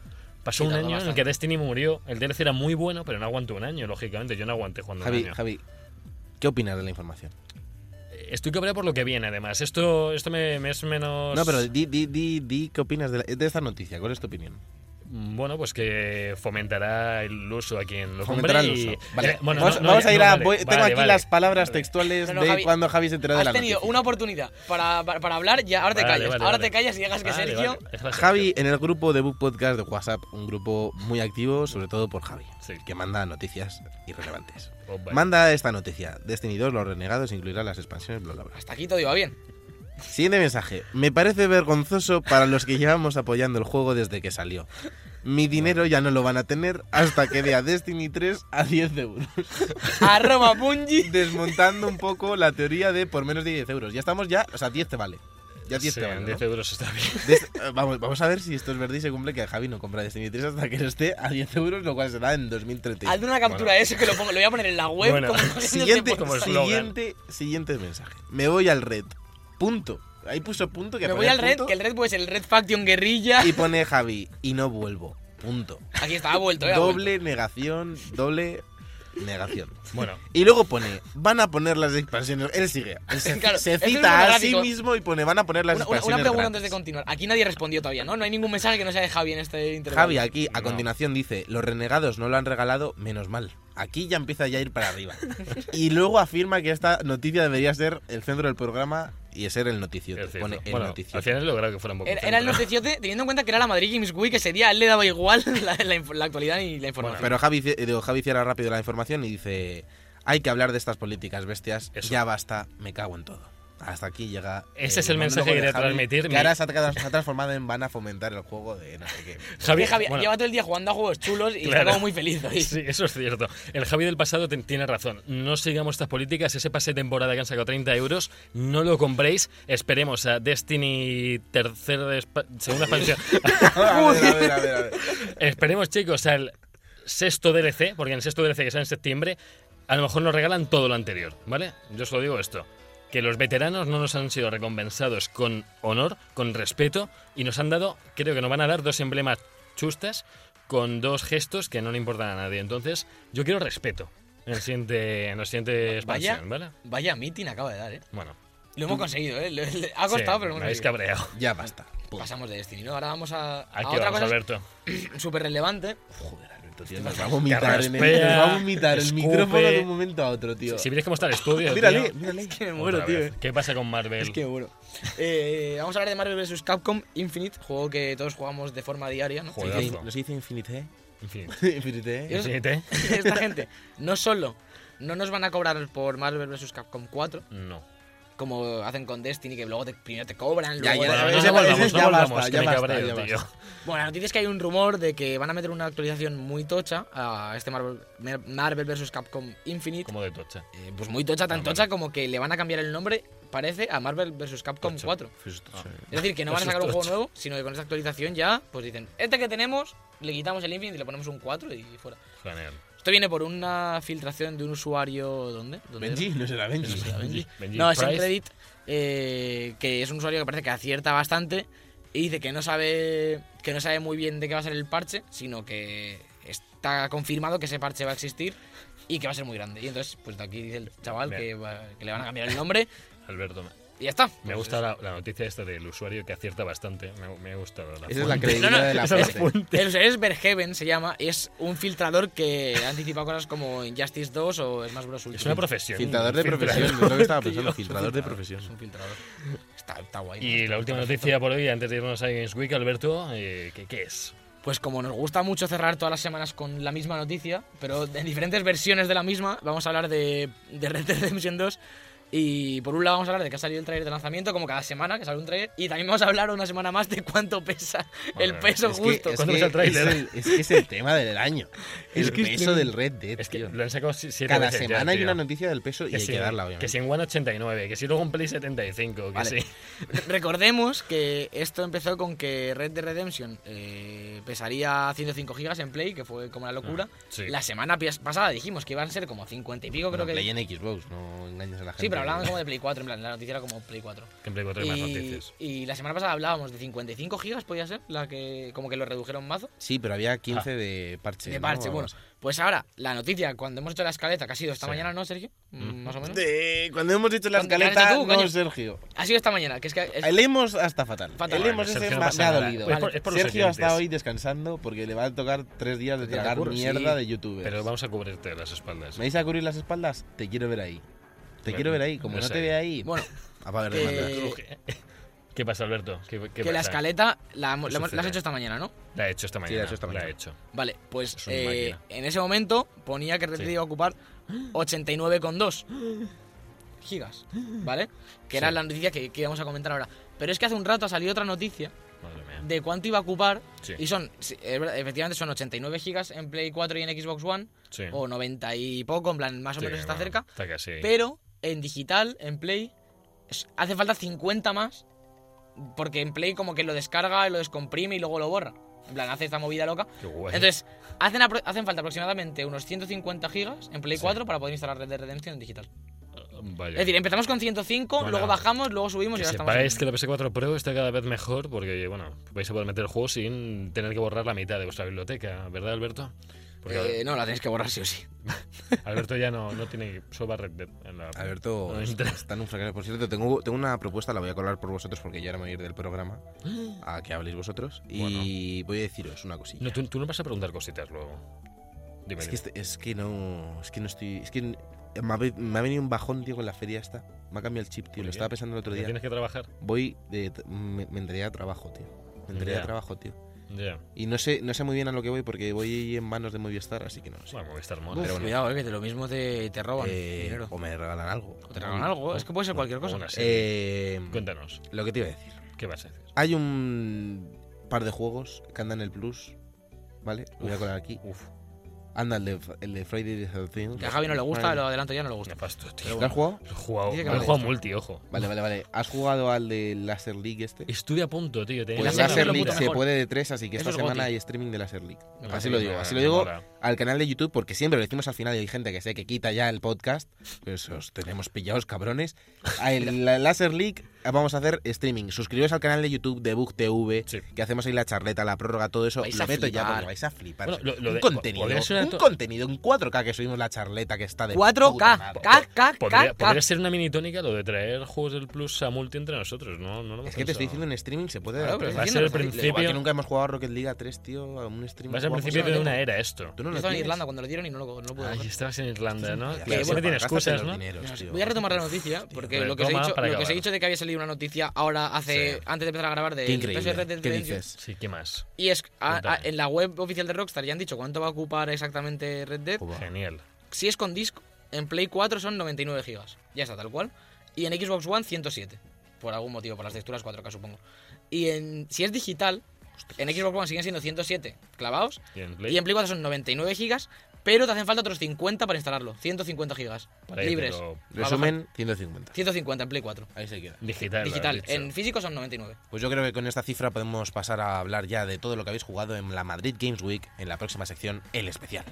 S2: Pasó
S4: Sí,
S2: un
S4: tardó
S2: año en el
S4: bastante.
S2: que Destiny murió. El DLC era muy bueno, pero no aguantó un año, lógicamente. Yo no aguanté jugando
S3: Javi,
S2: un año. Eh,
S3: Javi, ¿qué opinas de la información?
S2: Estoy cabreado por lo que viene, además. Esto, esto me, me es menos...
S3: No, pero di, di, di, di ¿qué opinas de, la- de esta noticia? ¿Cuál es tu opinión?
S2: Bueno, pues que fomentará el uso a quien lo
S3: Fomentará
S2: compre
S3: el
S2: y-
S3: uso.
S2: Eh, bueno,
S3: vamos
S2: no, no,
S3: vamos
S2: ya,
S3: a ir
S2: no,
S3: a.
S2: vale,
S3: voy- tengo
S2: vale,
S3: aquí
S2: vale.
S3: las palabras textuales
S4: No, no,
S3: de
S4: Javi,
S3: cuando Javi se enteró de
S4: Has
S3: la
S4: tenido
S3: noticia.
S4: una oportunidad para, para- para hablar y ahora te
S2: Vale,
S4: callas.
S2: vale,
S4: ahora
S2: vale.
S4: te callas y dejas que
S2: Vale,
S4: Sergio...
S2: vale, déjala a
S3: Javi
S2: Sergio.
S3: en el grupo de Book Podcast de WhatsApp, un grupo muy activo, sobre todo por Javi,
S2: Sí.
S3: que manda noticias irrelevantes.
S2: Oh, vale.
S3: Manda esta noticia. Destiny 2, los renegados incluirá las expansiones, bla, bla, bla.
S4: Hasta aquí todo iba bien.
S3: Siguiente mensaje. Me parece vergonzoso para los que llevamos apoyando el juego desde que salió. Mi dinero ya no lo van a tener hasta que dé a Destiny 3 a 10 euros.
S4: Arroba Bungie.
S3: Desmontando un poco la teoría de por menos de 10 euros. Ya estamos ya, o sea, 10 te vale. Ya 10
S2: Sí,
S3: te vale. ¿no?
S2: 10 euros está bien.
S3: Des- eh, vamos, vamos a ver si esto es verdad y se cumple que Javi no compra Destiny 3 hasta que no esté a 10 euros, lo cual será en 2030.
S4: Hazle una captura
S2: Bueno.
S4: de eso que lo, pongo, lo voy a poner en la web.
S2: Bueno.
S4: como imagen de este
S3: Siguiente,
S4: podcast.
S2: Como eslogan.
S3: siguiente, siguiente mensaje. Me voy al red. Punto. Ahí puso punto que
S4: Me voy
S3: ponía
S4: al red,
S3: punto
S4: que el red pues el Red Faction Guerrilla.
S3: y pone Javi y no vuelvo. Punto.
S4: Aquí está, ha vuelto, eh, ha
S3: Doble negación, doble negación.
S2: Bueno,
S3: Y luego pone, van a poner las expansiones. Él sigue. Él se,
S4: Claro,
S3: se
S4: esto es
S3: cita a sí
S4: monográfico.
S3: mismo y pone, van a poner las
S4: vuelto. Una, una- una
S3: expansiones.
S4: pregunta
S3: gratis".
S4: antes de continuar. Aquí nadie respondió todavía, ¿no? No hay ningún mensaje que no sea de Javi en este intervalo.
S3: Javi aquí a
S2: No.
S3: continuación dice, los renegados no lo han regalado, menos mal. Aquí ya empieza ya a ir para arriba. y luego afirma que esta noticia debería ser el centro del programa y ser el noticiote.
S2: es cierto.
S3: Pone el
S2: Bueno, al
S3: noticiote.
S2: final he logrado que fuera un poco
S4: Era,
S2: centro.
S4: era el noticiote, teniendo en cuenta que era la Madrid Games Week ese día, a él le daba igual la, la inf- la actualidad y la información.
S3: Pero Javi, ci- digo, Javi cierra rápido la información y dice, hay que hablar de estas políticas bestias,
S2: Eso.
S3: ya basta, me cago en todo. Hasta aquí llega.
S2: Ese
S3: el
S2: es el mensaje
S3: monólogo
S2: que
S3: de
S2: quería
S3: Javi,
S2: transmitir.
S3: Que ahora se ha, tra- se ha transformado en van a fomentar el juego de no sé qué.
S2: Javi,
S4: Es que Javi
S2: bueno,
S4: lleva todo el día jugando a juegos chulos y
S2: Claro.
S4: está como muy feliz hoy.
S2: Sí, eso es cierto. El Javi del pasado ten- tiene razón. No sigamos estas políticas. Ese pase de temporada que han sacado 30 euros, no lo compréis. Esperemos a Destiny tercer de espa- segunda expansión.
S3: a ver, a ver, a ver, a ver.
S2: Esperemos, chicos, al sexto DLC, porque en el sexto DLC que sale en septiembre, a lo mejor nos regalan todo lo anterior, ¿vale? Yo os lo digo esto. Que los veteranos no nos han sido recompensados con honor, con respeto, y nos han dado, creo que nos van a dar dos emblemas chustas con dos gestos que no le importan a nadie. Entonces, yo quiero respeto en, el siguiente, en la siguiente
S4: Vaya.
S2: expansión, ¿vale?
S4: Vaya meeting acaba de dar, ¿eh.
S2: Bueno.
S4: Lo hemos conseguido, ¿eh? Lo- lo- Ha costado,
S2: sí,
S4: pero lo hemos
S2: Me habéis
S4: conseguido.
S2: cabreado.
S3: Ya basta. Punto.
S4: Pasamos de Destiny, ¿no? Ahora vamos a, a
S2: Aquí
S4: Ah, otra
S2: vamos,
S4: cosa
S2: Alberto.
S4: súper relevante.
S3: Joder, Alberto, tío, nos va a vomitar, en el,
S2: raspea,
S3: nos va a vomitar el
S2: escupe.
S3: micrófono de un momento a otro, tío.
S2: Si, si vienes cómo está el estudio.
S3: mírale,
S2: tío.
S3: mírale.
S4: Es que me
S2: Otra
S4: muero, tío.
S2: vez.
S4: eh.
S2: ¿Qué pasa con Marvel?
S4: Es que me muero. Eh, vamos a hablar de Marvel vs. Capcom Infinite, juego que todos jugamos de forma diaria, ¿no?
S2: Joder. Juegazo.
S3: ¿No se dice Infinite?
S2: En fin.
S3: Infinite. ¿eh?
S4: Yo-
S2: ¿Infinite?
S4: Esta gente no solo no nos van a cobrar por Marvel vs. Capcom 4,
S2: No.
S4: como hacen con Destiny, que luego te, primero te cobran,
S3: Ya,
S4: luego...
S3: ya,
S2: Bueno,
S3: ya,
S2: no,
S3: ese-
S2: no volvamos,
S3: ese-
S2: no
S3: ya
S2: volvamos,
S3: basta,
S2: que
S3: ya
S2: me
S3: basta,
S2: cabreo,
S3: ya
S2: tío.
S4: Bueno, la noticia es que hay un rumor de que van a meter una actualización muy tocha a este Marvel, Mer- Marvel vs. Capcom Infinite.
S2: Como de tocha.
S4: Eh, pues muy tocha, tan
S2: Ah, vale.
S4: tocha como que le van a cambiar el nombre, parece, a Marvel vs. Capcom
S2: Tocha.
S4: 4.
S3: Ah.
S4: Es decir, que no van a
S2: Eso es
S4: sacar un juego
S2: tocho.
S4: nuevo, sino que con esta actualización ya, pues dicen, este que tenemos, le quitamos el Infinite y le ponemos un 4 y fuera.
S2: Genial.
S4: Esto viene por una filtración de un usuario, ¿dónde? ¿Dónde era?
S3: Benji, no será Benji.
S4: Benji.
S2: Benji
S4: No, es en
S2: Price.
S4: Reddit, eh, que es un usuario que parece que acierta bastante y dice que no sabe que no sabe muy bien de qué va a ser el parche, sino que está confirmado que ese parche va a existir y que va a ser muy grande. Y entonces, pues de aquí dice el chaval
S2: Bien.
S4: que, va- que le van a cambiar el nombre
S2: Alberto, me,
S4: y ya está.
S2: me
S4: Pues
S2: gusta
S4: es-
S2: la, la noticia esta del usuario que acierta bastante. Me, me ha gustado la
S3: Esa es la
S2: fuente.
S3: credibilidad de la
S2: Esa es
S3: fuente.
S2: fuente.
S4: El usuario es Verheven, se llama, y es un filtrador que ha anticipado cosas como Injustice 2 o Smash Bros. Ultimate.
S2: Es una profesión.
S3: Filtrador de
S2: Filtrador.
S3: profesión, es lo que estaba pensando,
S2: Tío,
S3: filtrador de
S4: Es
S3: profesión.
S4: un filtrador. Está, está guay. ¿no?
S2: Y
S4: Está-
S2: la última
S4: está-
S2: noticia por hoy, antes de irnos a Games Week, Alberto, eh, ¿qué, qué es?
S4: Pues como nos gusta mucho cerrar todas las semanas con la misma noticia, pero en diferentes versiones de la misma, vamos a hablar de, de Red Dead Redemption 2. Y por un lado vamos a hablar de que ha salido el trailer de lanzamiento, como cada semana que sale un trailer. Y también vamos a hablar una semana más de cuánto pesa el
S2: Madre
S4: peso
S3: Es que,
S4: justo.
S3: es,
S2: ¿Cuándo
S3: que
S2: ves el tráiler?
S3: es el- es que es el tema del año. El
S2: Es que es
S3: peso
S2: que-
S3: del Red Dead,
S2: Es que
S3: tío.
S2: lo han sacado si- siete
S3: Cada
S2: veces ya,
S3: semana hay
S2: tío.
S3: una noticia del peso y hay
S2: si-
S3: que darla, obviamente.
S2: Que si en One 89, que si luego en Play 75, que
S4: Vale.
S2: si...
S4: Recordemos que esto empezó con que Red Dead Redemption eh, pesaría 105 gigas en Play, que fue como la locura.
S2: Ah, sí.
S4: La semana pias- pasada dijimos que iban a ser como 50 y pico,
S3: Bueno,
S4: creo que.
S3: Play en Xbox, no engañes a la gente.
S4: Sí, pero hablaban como de Play 4, en plan, la noticia era como Play 4.
S2: Que en Play 4 hay más
S4: Y,
S2: noticias.
S4: y la semana pasada hablábamos de 55 gigas, podía ser, la que como que lo redujeron mazo.
S3: Sí, pero había 15 de parche.
S4: de
S3: ¿no?
S4: parche,
S3: O
S4: bueno.
S3: algo
S4: Pues ahora, la noticia, cuando hemos hecho la escaleta, que ha sido esta
S2: Sí.
S4: mañana, ¿no, Sergio? Mm,
S2: Mm.
S4: Más o
S3: así.
S4: menos.
S3: De- Cuando hemos dicho la
S4: Cuando la has
S3: escaleta,
S4: hecho tú,
S3: no,
S4: coño.
S3: Sergio.
S4: Ha sido esta mañana, que es que... es-
S3: El hemos hasta fatal.
S4: Fatal.
S3: El hemos
S2: Bueno,
S3: ese
S2: Sergio, no
S3: ma-
S2: pasa
S3: me ha
S2: nada.
S3: dolido.
S2: Es por- es por los
S3: Sergio
S2: oyentes.
S3: hasta hoy descansando porque le va a tocar tres días de
S4: Te la
S3: tragar
S4: curro,
S3: mierda
S4: sí.
S3: de youtubers.
S2: Pero vamos a cubrirte las espaldas.
S3: ¿Me vais a cubrir las espaldas? Te quiero ver ahí. Te
S2: Bueno,
S3: quiero ver ahí. Como
S2: no
S3: no
S2: sé.
S3: te vea ahí.
S4: Bueno,
S3: apagar
S4: que-
S3: de mandar.
S2: Cruje. ¿Qué pasa, Alberto? ¿Qué, qué
S4: que
S2: pasa?
S4: la escaleta la, hemos-
S2: ¿Qué
S4: la hemos- la has
S2: sucede?
S4: hecho esta mañana, ¿no?
S2: La he hecho esta mañana.
S3: la he hecho esta
S2: La
S3: mañana.
S2: he hecho.
S4: Vale, pues
S2: Es una
S4: eh,
S2: máquina.
S4: en ese momento ponía que Red Dead
S2: Sí.
S4: iba a ocupar 89,2 gigas, ¿vale? Que era
S2: Sí.
S4: la noticia que, que íbamos a comentar ahora. Pero es que hace un rato ha salido otra noticia
S2: Madre mía.
S4: de cuánto iba a ocupar.
S2: Sí.
S4: Y son, sí, es verdad, efectivamente, son 89 gigas en Play 4 y en Xbox One,
S2: Sí.
S4: o 90 y poco, en plan, más o
S2: Sí,
S4: menos está
S2: bueno,
S4: cerca.
S2: Está casi. ahí.
S4: Pero en digital, en Play, es- hace falta 50 más, porque en Play como que lo descarga, lo descomprime y luego lo borra. En plan, hace esta movida loca.
S2: Qué guay.
S4: Entonces, hacen, apro- hacen falta aproximadamente unos 150 gigas en Play
S2: Sí.
S4: 4 para poder instalar Red Dead Redemption en digital.
S2: Vaya.
S4: Es decir, empezamos con 105,
S2: Bueno,
S4: luego bajamos, luego subimos y
S2: que
S4: ahora estamos.
S2: sepáis
S4: en-
S2: que la PS4 Pro está cada vez mejor porque, bueno, vais a poder meter el juego sin tener que borrar la mitad de vuestra biblioteca, ¿verdad, Alberto? Porque
S4: Eh, no, la tenéis que borrar sí o sí.
S2: Alberto ya no, no tiene. Solo va Red Dead en la.
S3: Alberto
S2: no
S3: está
S2: entra.
S3: está en un fracaso. Por cierto, tengo, tengo una propuesta, la voy a colar por vosotros porque ya ahora me voy a ir del programa a que habléis vosotros. Y voy a deciros una cosilla.
S2: No, tú, tú no vas a preguntar cositas luego. Dime. dime.
S3: es, que este- es que no. Es que no estoy. Es que n- me ha, ve- me ha venido un bajón, tío, con la feria esta. Me ha cambiado el chip, tío.
S2: ¿Por
S3: Lo
S2: qué?
S3: estaba pensando el otro
S2: ¿No
S3: día.
S2: tienes que trabajar.
S3: Voy de. t- Me, me entraría a trabajo, tío. Me entraría
S2: Ya.
S3: a trabajo, tío.
S2: Ya.
S3: Y no sé, no sé muy bien a lo que voy porque voy en manos de Movistar, así que no lo sé.
S2: Bueno, Movistar Mono.
S3: Uf,
S2: Pero bueno,
S4: Cuidado, eh, que de lo mismo te, te roban
S3: Eh,
S4: dinero.
S3: o me regalan algo.
S4: O te roban algo, es que puede ser cualquier cosa.
S2: aún así.
S3: Eh,
S2: Cuéntanos,
S3: lo que te iba a decir.
S2: ¿qué vas a decir?
S3: Hay un par de juegos que andan en el Plus, ¿vale? Lo voy a
S2: Uf.
S3: colar aquí.
S2: Uf,
S3: Anda el de, el de Friday the 13th.
S4: Que a Javi no le gusta,
S3: Vale.
S4: lo adelanto ya, no le gusta.
S2: nefasto, tío.
S3: ¿Lo has jugado?
S2: Lo he jugado,
S4: Dice
S2: lo
S4: que no
S2: he
S4: le
S2: jugado multi, ojo.
S3: Vale, vale, vale. ¿Has jugado al de Laser League este?
S2: Estuve a punto, tío. Tenía
S3: Pues
S4: Laser
S3: Laser
S4: League
S3: League
S4: lo
S3: se
S4: mejor.
S3: puede de tres, así que
S4: Eso
S3: esta
S4: es
S3: semana
S4: goti.
S3: hay streaming de Laser League.
S4: Me
S3: Así
S4: parece
S3: lo
S2: bien,
S3: digo,
S2: me-
S3: así lo
S2: me
S3: digo
S2: mola.
S3: al canal de YouTube, porque siempre lo decimos al final y hay gente que sé que quita ya el podcast, pues os tenemos pillados, cabrones. A el- la Laser League ah, vamos a hacer streaming. Suscribiros al canal de YouTube de Bug TV,
S2: Sí.
S3: que hacemos ahí la charleta, la prórroga, todo eso.
S4: Vais
S3: lo
S4: a
S3: meto ya
S4: flipar.
S3: porque vais a flipar.
S2: Bueno, lo- lo
S3: un
S2: de-
S3: contenido,
S2: podría ser una
S3: un
S2: to-
S3: contenido, un 4K que subimos la charleta que está de puta
S4: 4K,
S3: madre.
S4: K, K,
S2: Podría,
S4: K, K.
S2: podría ser una mini tónica lo de traer juegos del Plus a multi entre nosotros, ¿no? no lo hemos
S3: Es que te estoy
S2: pensado.
S3: diciendo en streaming se puede.
S4: Claro,
S3: dar
S4: pero
S3: tres.
S2: Va a
S4: diciendo
S2: ser el
S4: que-
S3: Igual que
S2: principio.
S3: nunca hemos jugado a Rocket League a 3, tío, a un stream.
S2: Va a ser el
S3: jugamos.
S2: principio
S4: no
S2: de
S4: tengo.
S2: una era esto.
S3: Tú no
S4: Yo
S3: lo
S4: estaba en
S3: tienes.
S4: Irlanda cuando lo dieron y no lo, no lo pude
S2: Ay,
S4: bajar.
S2: estabas en Irlanda, ¿no?
S3: Ya,
S2: Que
S3: ya,
S2: siempre
S3: bueno,
S2: tiene
S3: gástate
S2: excusas,
S3: los
S2: ¿no?
S3: dineros,
S4: Mira,
S3: tío.
S4: Voy a retomar la noticia porque
S2: Retoma
S4: lo que, os he
S2: para
S4: dicho, lo que os he
S2: acabar.
S4: dicho de que había salido una noticia ahora hace
S2: Sí.
S4: antes de empezar a grabar de
S3: Qué
S4: peso de Red
S3: increíble.
S4: Dead
S3: ¿Qué
S4: Redemption.
S3: dices?
S2: Sí, ¿qué más?
S4: Y es a- a-
S2: Cuéntame.
S4: en la web oficial de Rockstar ya han dicho cuánto va a ocupar exactamente Red Dead.
S3: Joder.
S2: Genial.
S4: Si es con disco, en Play 4 son 99 gigas. Ya está, tal cual. Y en Xbox One 107. Por algún motivo, por las texturas 4K supongo. Y en, si es digital, en Xbox One siguen siendo 107 clavados.
S2: Y en Play,
S4: Y en Play 4 son 99 gigas. Pero te hacen falta otros 50 para instalarlo. 150 gigas.
S2: Para
S4: libres.
S2: irlo-
S4: Va a bajar.
S3: Resumen, 150.
S4: 150 en Play 4.
S3: Ahí se queda.
S2: digital.
S4: Digital.
S2: has dicho.
S4: En físico son 99.
S3: Pues yo creo que con esta cifra podemos pasar a hablar ya de todo lo que habéis jugado en la Madrid Games Week en la próxima sección, el especial.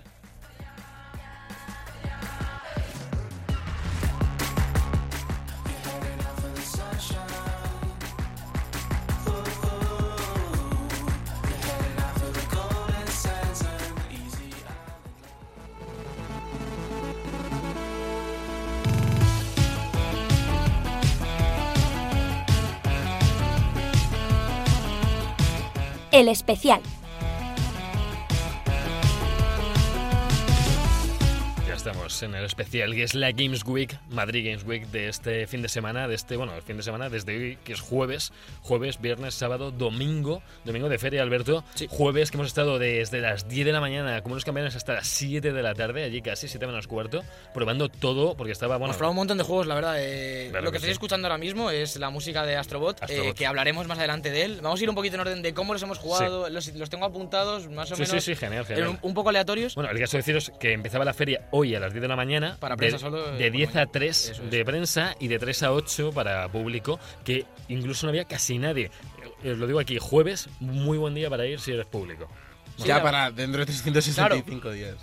S1: El especial.
S2: Ya estamos en el especial que es la Games Week, Madrid Games Week de este fin de semana, de este, bueno, el fin de semana desde hoy que es jueves, jueves, viernes, sábado, domingo, domingo de feria, Alberto,
S4: Sí.
S2: jueves que hemos estado desde las 10 de la mañana, como unos campeones hasta las 7 de la tarde, allí casi 7 menos cuarto, probando todo porque estaba, bueno,
S4: Hemos probado un montón de juegos, la verdad. eh,
S2: Claro
S4: lo
S2: que
S4: que estáis
S2: sí.
S4: escuchando ahora mismo es la música de Astrobot, eh,
S2: Astrobot.
S4: que hablaremos más adelante de él. Vamos a ir un poquito en orden de cómo los hemos jugado. Los, los tengo apuntados, más o
S2: sí,
S4: menos.
S2: sí, sí, genial,
S4: en
S2: genial.
S4: un, un poco aleatorios.
S2: Bueno, el caso de deciros que empezaba la feria hoy a las 10 de la mañana.
S4: Para
S2: de-
S4: prensa solo, eh,
S2: De
S4: por
S2: 10 a
S4: mañana.
S2: 3
S4: Eso es.
S2: de prensa y de 3 a 8 para público, que incluso no había casi nadie. Eh, Os lo digo aquí, jueves, muy buen día para ir si eres público.
S4: Sí,
S3: ya
S4: la-
S3: para dentro de 365 días.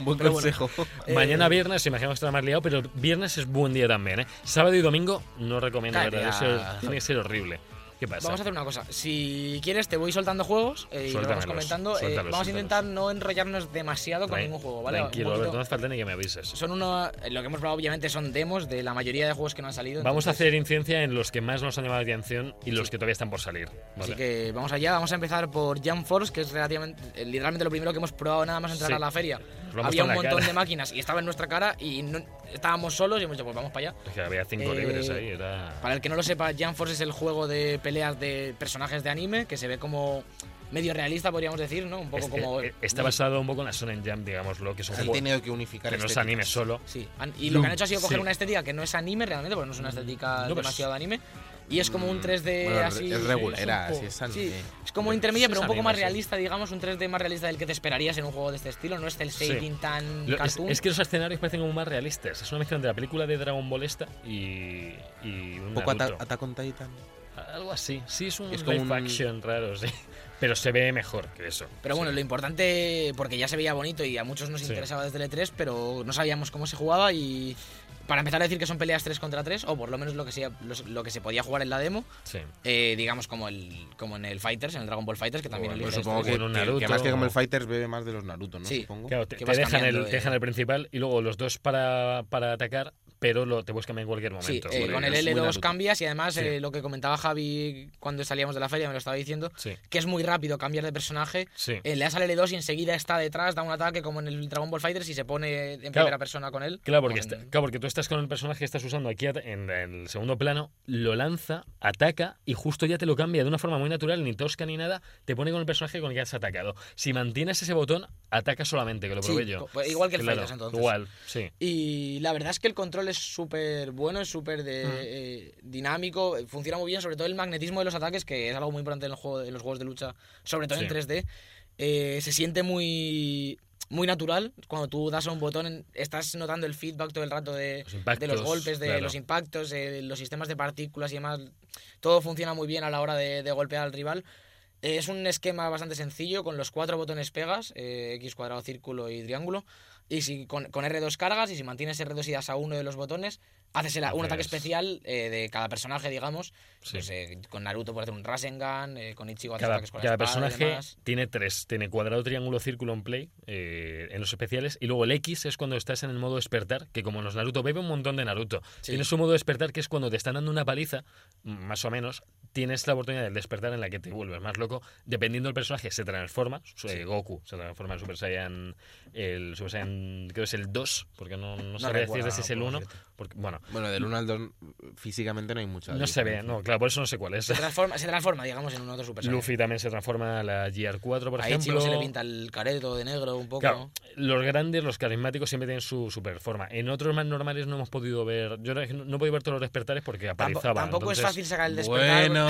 S3: Buen
S4: Pero bueno.
S3: consejo.
S4: Eh,
S2: Mañana viernes, imagino que estará más liado, pero viernes es buen día también. ¿eh? Sábado y domingo no recomiendo, la
S4: Cállate
S2: verdad.
S4: ya,
S2: eso
S4: Javi.
S2: tiene que ser horrible. ¿Qué pasa?
S4: Vamos a hacer una cosa. Si quieres, te voy soltando juegos eh, y lo vamos
S2: Suéltamelos,
S4: comentando. Eh,
S2: suéltalos,
S4: vamos a
S2: suéltalos.
S4: intentar no enrollarnos demasiado con
S2: Tran-
S4: ningún juego, ¿vale? Un
S2: Tranquilo,
S4: poquito-
S2: Alberto, no hace falta ni que me avises.
S4: son uno, lo que hemos probado obviamente son demos de la mayoría de juegos que no han salido.
S2: Vamos a
S4: entonces-
S2: hacer incidencia en los que más nos han llamado la atención y los que todavía están por salir.
S4: Así
S2: Vale.
S4: que vamos allá, vamos a empezar por Jump Force, que es relativamente, eh, literalmente lo primero que hemos probado nada más entrar
S2: Sí.
S4: a la feria.
S2: lo hemos puesto en
S4: Había un
S2: la
S4: montón
S2: cara.
S4: de máquinas y estaba en nuestra cara y no- estábamos solos y hemos dicho, pues vamos para allá.
S2: Es que había cinco
S4: Eh,
S2: libres ahí, era.
S4: Para el que no lo sepa, Jump Force es el juego de peleas de personajes de anime que se ve como medio realista, podríamos decir, ¿no? Un poco
S2: Es-
S4: como...
S2: eh, Está basado un poco en la Sonen Jam, digámoslo, que es un
S3: Han
S2: juego que
S3: tenido que unificar este
S2: no es
S3: estéticas.
S2: anime solo.
S4: Sí, han- y lo que han hecho ha sido coger
S2: Sí.
S4: una estética que no es anime realmente, porque no es una estética
S2: No, pues-
S4: demasiado de anime. Y es como un
S3: Mm,
S4: 3D
S3: bueno,
S4: así.
S3: es regular,
S4: sí,
S3: era,
S4: un poco-
S3: sí, es anime.
S4: sí, es como
S2: Pero
S4: intermedia,
S2: sí
S4: pero
S2: es
S4: un poco
S2: anime,
S4: más
S2: sí.
S4: realista, digamos, un 3D más realista del que te esperarías en un juego de este estilo. No es el
S2: Sí.
S4: shading tan
S2: Lo- Es,
S4: cartoon.
S2: es que los escenarios parecen como más realistas. Es una mezcla entre la película de Dragon Ball esta y, y un
S3: Un poco ata-
S2: Naruto.
S3: Attack on Titan.
S2: Algo así. Sí, es un
S3: Es como
S2: live
S3: un-
S2: action raro, sí. Pero se ve mejor que eso.
S4: Pero bueno, lo importante, porque ya se veía bonito y a muchos nos
S2: Sí.
S4: interesaba desde el E3, pero no sabíamos cómo se jugaba y. Para empezar a decir que son peleas 3 contra 3, o por lo menos lo que, sea, los- lo que se podía jugar en la demo,
S2: Sí.
S4: eh, digamos como, el, como en el Fighters, en el E Dragon Ball Fighters, que también
S2: Bueno,
S4: elige
S3: Pero
S2: Pero
S4: esto.
S3: Pues supongo
S2: esto
S3: que,
S2: con un
S3: que- que
S2: Naruto
S3: más que como
S2: o-
S3: el Fighters bebe más de los Naruto, ¿no?
S4: Sí.
S3: Supongo.
S2: Claro, te, te
S4: que vas
S2: dejan, el,
S4: cambiando de-
S2: te dejan el principal y luego los dos para, para atacar, pero lo, te puedes cambiar en cualquier
S4: Sí,
S2: momento.
S4: eh,
S2: porque
S4: con el
S2: es muy
S4: L2
S2: Naruto.
S4: cambias y además
S2: Sí.
S4: eh, lo que comentaba Javi cuando salíamos de la feria, me lo estaba diciendo,
S2: Sí,
S4: que es muy rápido cambiar de personaje.
S2: sí.
S4: Eh, le das al L2 y enseguida está detrás, da un ataque como en el Dragon Ball Fighters y se pone en primera persona con él.
S2: Claro porque,
S4: Con-
S2: está- claro, porque tú estás con el personaje que estás usando aquí at- en el segundo plano, lo lanza, ataca y justo ya te lo cambia de una forma muy natural, ni tosca ni nada, te pone con el personaje con el que has atacado. Si mantienes ese botón, ataca solamente, que lo
S4: Sí,
S2: probé yo.
S4: co- pues igual que el
S2: Claro,
S4: Fighters, entonces.
S2: Igual, sí.
S4: Y la verdad es que el control es súper bueno, es súper de-
S2: Mm.
S4: eh, dinámico, eh, funciona muy bien, sobre todo el magnetismo de los ataques, que es algo muy importante en, el juego, en los juegos de lucha, sobre todo
S2: Sí.
S4: en 3D. Eh, se siente muy, muy natural. Cuando tú das a un botón, en- estás notando el feedback todo el rato de
S2: Los impactos,
S4: de los golpes, de
S2: claro.
S4: los impactos, eh, de los sistemas de partículas y demás. Todo funciona muy bien a la hora de, de golpear al rival. Eh, Es un esquema bastante sencillo con los cuatro botones pegas, eh, X cuadrado, círculo y triángulo. Y si con, con R2 cargas y si mantienes R2 y das a uno de los botones, haces el- un
S2: Haces-
S4: ataque especial eh, de cada personaje, digamos.
S2: Sí.
S4: Pues, eh, con Naruto puedes hacer un Rasengan, eh, con Ichigo haces
S2: Cada,
S4: ataques con la
S2: cada
S4: espada y
S2: personaje
S4: demás.
S2: tiene tres, tiene cuadrado, triángulo, círculo en play, eh, en los especiales, y luego el X es cuando estás en el modo despertar, que como en los Naruto bebe un montón de Naruto.
S4: Sí.
S2: Tienes un modo despertar que es cuando te están dando una paliza, m- más o menos, tienes la oportunidad del despertar en la que te vuelves más loco, dependiendo del personaje, se transforma, su- eh, Goku se transforma en Super Saiyan, el Super Saiyan creo que es el 2, porque no, no, sabría
S4: recuerdo,
S2: decirte si es el
S4: no puedo
S2: 1, porque bueno,
S3: Bueno, del 1 al 2 físicamente no hay mucha
S2: no se ve,
S3: diferencia.
S2: no, claro, por eso no sé cuál es.
S4: Se transforma, se transforma, digamos, en un otro super
S2: Luffy también se transforma a la GR4, por
S4: Saiyan. A
S2: ejemplo.
S4: Ichigo se le pinta el careto de negro un poco.
S2: Claro, los grandes, los carismáticos siempre tienen su, su performa. En otros más normales no hemos podido ver. Yo no, no he podido ver todos los despertares porque
S4: Tampo-
S2: aparizaban.
S4: tampoco es
S2: entonces-
S4: fácil sacar el despertar.
S3: Bueno.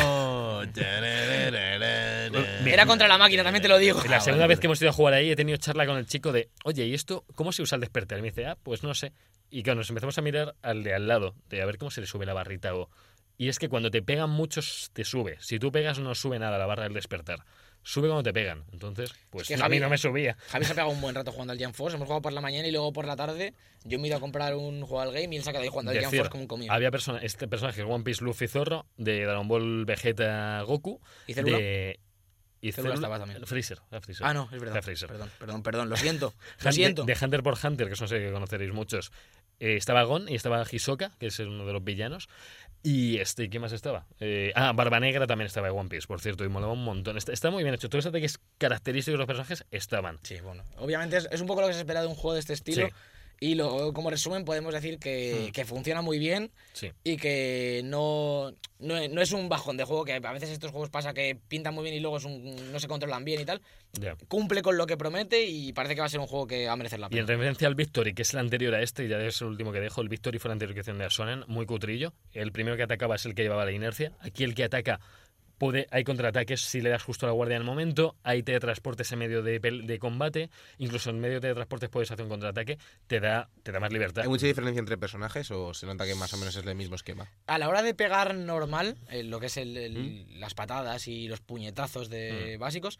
S4: Era contra la máquina, también te lo digo.
S2: La
S3: Ah,
S2: segunda vez
S3: vale, vale.
S2: que hemos ido a jugar ahí he tenido charla con el chico de, oye, ¿y esto cómo se usa el despertar? Y me dice, ah, pues no sé. Y claro, nos empezamos a mirar al de al lado, de a ver cómo se le sube la barrita o... Y es que cuando te pegan muchos, te sube. Si tú pegas no sube nada la barra del despertar. Sube cuando te pegan. Entonces, pues
S4: que
S2: a mí
S4: Javi-
S2: no me subía.
S4: Javi se ha pegado un buen rato jugando al Jam Force. Hemos jugado por la mañana y luego por la tarde. Yo me he ido a comprar un juego al game y él se ha quedado ahí jugando al Jam
S2: Decir,
S4: Force como un comido.
S2: Había persona, este personaje, One Piece, Luffy, Zorro, de Dragon Ball, Vegeta, Goku.
S4: ¿Y Célula?
S2: De, y
S4: Célula
S2: Célula-
S4: estaba también.
S2: Freezer. era Freezer.
S4: Ah, no, es verdad.
S2: Era Freezer.
S4: Perdón, perdón, perdón. Lo siento.
S2: Han-
S4: Lo siento.
S2: De, de Hunter por Hunter, que es una serie que conoceréis muchos. eh, estaba Gon y estaba Hisoka, que es uno de los villanos. Y este, ¿qué más estaba? Eh, ah, Barba Negra también estaba de One Piece, por cierto, y molaba un montón. Está, está muy bien hecho. Todos los ataques característicos de los personajes estaban.
S4: Sí, bueno. Obviamente es, es un poco lo que se espera de un juego de este estilo.
S2: Sí.
S4: Y lo, como resumen podemos decir que,
S2: Mm.
S4: que funciona muy bien
S2: Sí.
S4: y que no, no, es- no es un bajón de juego, que a veces estos juegos pasa que pintan muy bien y luego es un- no se controlan bien y tal.
S2: ya.
S4: Cumple con lo que promete y parece que va a ser un juego que va a merecer la
S2: Y en
S4: pena.
S2: referencia al Victory, que es el anterior a este, y ya es el último que dejo, el Victory fue la anterior creación de Asonen, muy cutrillo. El primero que atacaba es el que llevaba la inercia. Aquí el que ataca, puede, hay contraataques si le das justo a la guardia en el momento, hay teletransportes en medio de, pel- de combate, incluso en medio de teletransportes puedes hacer un contraataque, te da, te da más libertad.
S3: ¿Hay mucha diferencia entre personajes o se nota que más o menos es el mismo esquema?
S4: A la hora de pegar normal, eh, lo que es el- el-
S3: Mm.
S4: las patadas y los puñetazos de básicos,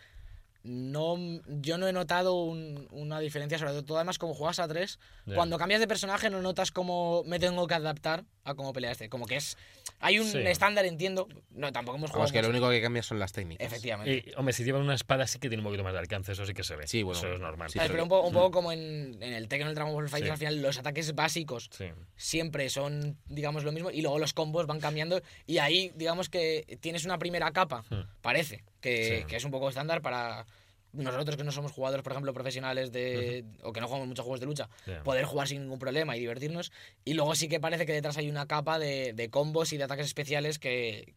S4: no, yo no he notado un- una diferencia, sobre todo además como juegas a tres,
S2: Ya.
S4: cuando cambias de personaje no notas cómo me tengo que adaptar a cómo peleaste. Como que es... Hay un
S2: Sí.
S4: estándar, entiendo. No, tampoco hemos jugado...
S3: Vamos, que lo
S4: mucho.
S3: único que cambia son las técnicas.
S4: Efectivamente.
S2: Y, hombre, si llevan una espada sí que tiene un poquito más de alcance, eso sí que se ve.
S3: Sí, bueno,
S2: Eso es normal.
S3: sí, Mm.
S4: A ver,
S3: pero-
S4: pero un, po- un poco como en, en el Tekken o el Dragon Ball Fighter,
S2: Sí.
S4: al final los ataques básicos
S2: Sí.
S4: siempre son, digamos, lo mismo y luego los combos van cambiando y ahí, digamos que tienes una primera capa,
S2: Hmm.
S4: parece, que,
S2: Sí.
S4: que es un poco estándar para nosotros que no somos jugadores, por ejemplo, profesionales de, o que no jugamos muchos juegos de lucha,
S2: Ya.
S4: poder jugar sin ningún problema y divertirnos y luego sí que parece que detrás hay una capa de, de combos y de ataques especiales que,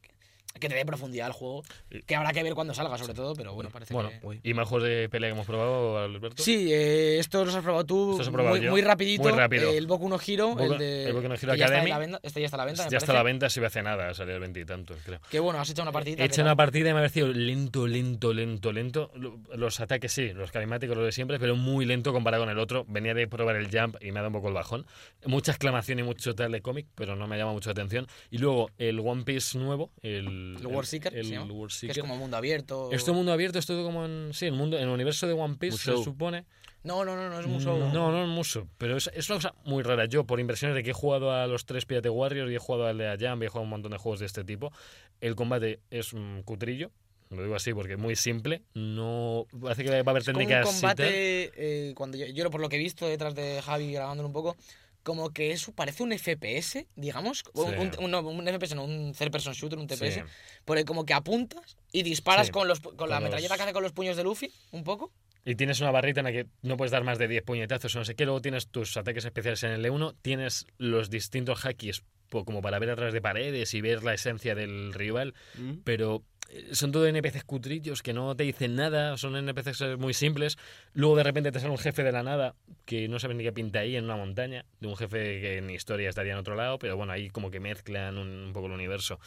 S4: que te dé profundidad al juego,
S2: Y-
S4: que habrá que ver cuando salga sobre todo, pero bueno, parece
S2: Eh. Bueno,
S4: que...
S2: ¿y más juegos de pelea que hemos probado, Alberto?
S4: Sí, eh, esto los has probado tú
S2: Esto los he probado
S4: muy,
S2: yo.
S4: muy rapidito.
S2: Muy rápido.
S4: el Boku no Hero,
S2: Boku-
S4: el de
S2: el Boku no Hero
S4: que ya está
S2: Academy.
S4: en la venda- este ya está a la venta, me
S2: ya está a la
S4: parece.
S2: venta, si hace nada, salió el 20 y tantos, creo.
S4: Que bueno, has hecho una partidita.
S2: He
S4: ¿qué
S2: hecho
S4: tal?
S2: una partida y me ha parecido lento, lento, lento, lento. Lo- Los ataques sí, los carismáticos, los de siempre, pero muy lento comparado con el otro. Venía de probar el jump y me ha dado un poco el bajón. Mucha exclamación y mucho tal de cómic, pero no me llama mucho la atención. Y luego el One Piece nuevo, el,
S4: El World Seeker,
S2: el
S4: se llama,
S2: World
S4: Que es
S2: Seeker.
S4: como mundo abierto.
S2: Es todo mundo abierto, es todo como en. Sí, el mundo, en el universo de One Piece se
S3: Musou.
S2: supone.
S4: No, no, no, no es mucho.
S2: Mm, No, no es mucho. Pero es, es una cosa muy rara. Yo, por inversiones de que he jugado a los tres Pirate Warriors y he jugado al de Ajam y he jugado a un montón de juegos de este tipo, el combate es un cutrillo. Lo digo así porque es muy simple. No. Parece que va a haber
S4: como un
S2: técnicas y tal.
S4: combate, eh, cuando yo, yo por lo que he visto detrás de Javi grabándolo un poco, como que eso parece un FPS, digamos. o
S2: Sí.
S4: Un, un- no, un FPS, no, un third person shooter, un TPS.
S2: Sí.
S4: Porque como que apuntas y disparas
S2: Sí,
S4: con, los, pu- con, la
S2: con los-
S4: metralleta que hace con los puños de Luffy, un poco.
S2: Y tienes una barrita en la que no puedes dar más de 10 puñetazos o no sé qué. Luego tienes tus ataques especiales en el E1. Tienes los distintos hackies po- como para ver a través de paredes y ver la esencia del rival.
S3: ¿Mm?
S2: pero eh, son todo NPCs cutrillos que no te dicen nada, son NPCs eh, muy simples. Luego de repente te sale un jefe de la nada que no sabes ni qué pinta ahí en una montaña, de un jefe que en historia estaría en otro lado, pero bueno, ahí como que mezclan un, un poco el universo.